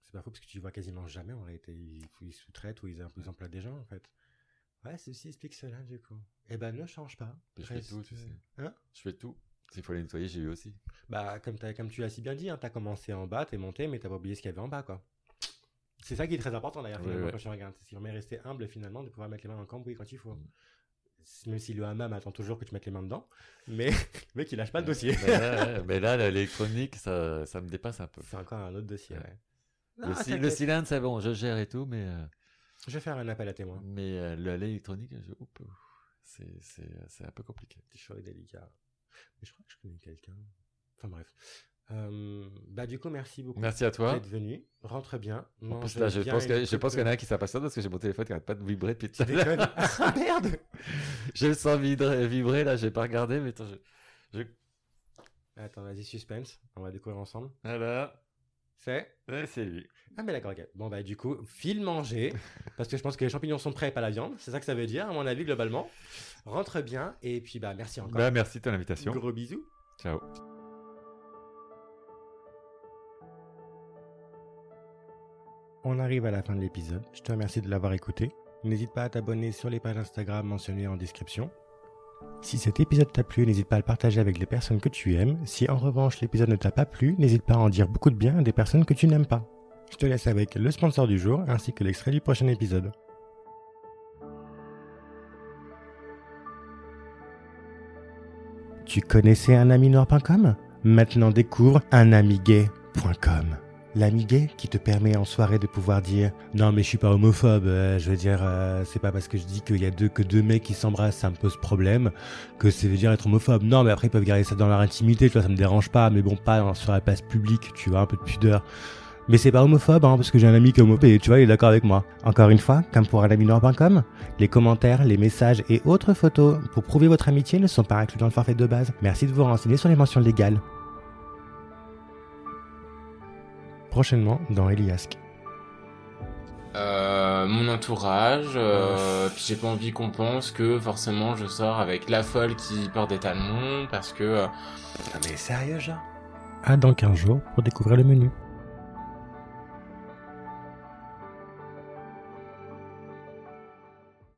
Speaker 1: C'est pas faux parce que tu le vois quasiment jamais en réalité. Ils, ils sous-traitent ou ils, ils emploient des gens en fait. Ouais, ceci explique cela du coup. Eh ben, ne change pas.
Speaker 2: Mais je fais tout, tu
Speaker 1: euh,
Speaker 2: sais.
Speaker 1: Hein
Speaker 2: Je fais tout. S'il faut les nettoyer, j'ai eu aussi.
Speaker 1: Bah, comme, t'as- comme tu l'as si bien dit, hein, t'as commencé en bas, t'es monté, mais t'as pas oublié ce qu'il y avait en bas quoi. C'est ça qui est très important d'ailleurs,
Speaker 2: Ouais,
Speaker 1: finalement,
Speaker 2: ouais.
Speaker 1: quand je regarde. C'est mais rester humble finalement, de pouvoir mettre les mains dans le cambouis quand il faut.
Speaker 2: Mm.
Speaker 1: Même si le hammam attend toujours que tu mettes les mains dedans, mais le mec il lâche pas le dossier.
Speaker 2: Mais là, mais là, l'électronique, ça, ça me dépasse un peu.
Speaker 1: C'est encore un autre dossier,
Speaker 2: Ouais.
Speaker 1: ouais.
Speaker 2: le,
Speaker 1: Non,
Speaker 2: ci-
Speaker 1: t'inquiète.
Speaker 2: le cylindre, c'est bon, je gère et tout, mais, euh,
Speaker 1: Je vais faire un appel à témoins.
Speaker 2: mais euh, le- l'électronique, je... oup, ouh. c'est c'est- c'est un peu compliqué.
Speaker 1: C'est chaud et délicat. Mais je crois que je connais quelqu'un. Enfin bref. Euh, bah du coup, merci beaucoup
Speaker 2: Merci à toi.
Speaker 1: d'être venu. Rentre bien.
Speaker 2: En
Speaker 1: mange
Speaker 2: plus, là, je
Speaker 1: bien
Speaker 2: pense
Speaker 1: et
Speaker 2: que- je
Speaker 1: écoute-
Speaker 2: pense qu'il y en a qui s'impatientent parce que j'ai mon téléphone qui n'arrête pas de vibrer depuis tout
Speaker 1: Tu
Speaker 2: à l'heure.
Speaker 1: déconnes Ah, Merde
Speaker 2: Je le sens vibrer, vibrer là, j'ai pas regardé, mais attends, je...
Speaker 1: Attends, vas-y, suspense. On va découvrir ensemble.
Speaker 2: Voilà,
Speaker 1: C'est
Speaker 2: Ouais, c'est lui.
Speaker 1: Ah mais d'accord, ok. Bon bah du coup, file manger. parce que je pense que les champignons sont prêts, pas la viande. C'est ça que ça veut dire, à mon avis, globalement. Rentre bien. Et puis bah merci encore.
Speaker 2: Bah, merci de ton invitation.
Speaker 1: Gros bisous.
Speaker 2: Ciao.
Speaker 1: On arrive à la fin de l'épisode. Je te remercie de l'avoir écouté. N'hésite pas à t'abonner sur les pages Instagram mentionnées en description. Si cet épisode t'a plu, n'hésite pas à le partager avec les personnes que tu aimes. Si en revanche l'épisode ne t'a pas plu, n'hésite pas à en dire beaucoup de bien à des personnes que tu n'aimes pas. Je te laisse avec le sponsor du jour ainsi que l'extrait du prochain épisode. Tu connaissais unaminoir.com Maintenant découvre unamigay.com. L'ami gay qui te permet en soirée de pouvoir dire non mais je suis pas homophobe, euh, je veux dire euh, c'est pas parce que je dis qu'il y a deux que deux mecs qui s'embrassent ça me pose problème que c'est veut dire être homophobe. Non mais après ils peuvent garder ça dans leur intimité, tu vois ça me dérange pas, mais bon pas dans- sur la place publique, tu vois un peu de pudeur. Mais c'est pas homophobe hein, parce que j'ai un ami qui est homophobe et tu vois il est d'accord avec moi. Encore une fois, comme pour unaminoir.com, les commentaires, les messages et autres photos pour prouver votre amitié ne sont pas inclus dans le forfait de base. Merci de vous renseigner sur les mentions légales. Prochainement dans Eliasque.
Speaker 3: Euh, mon entourage, euh, puis j'ai pas envie qu'on pense que forcément je sors avec la folle qui porte des talons parce que euh,
Speaker 1: Ah, dans 15 jours pour découvrir le menu.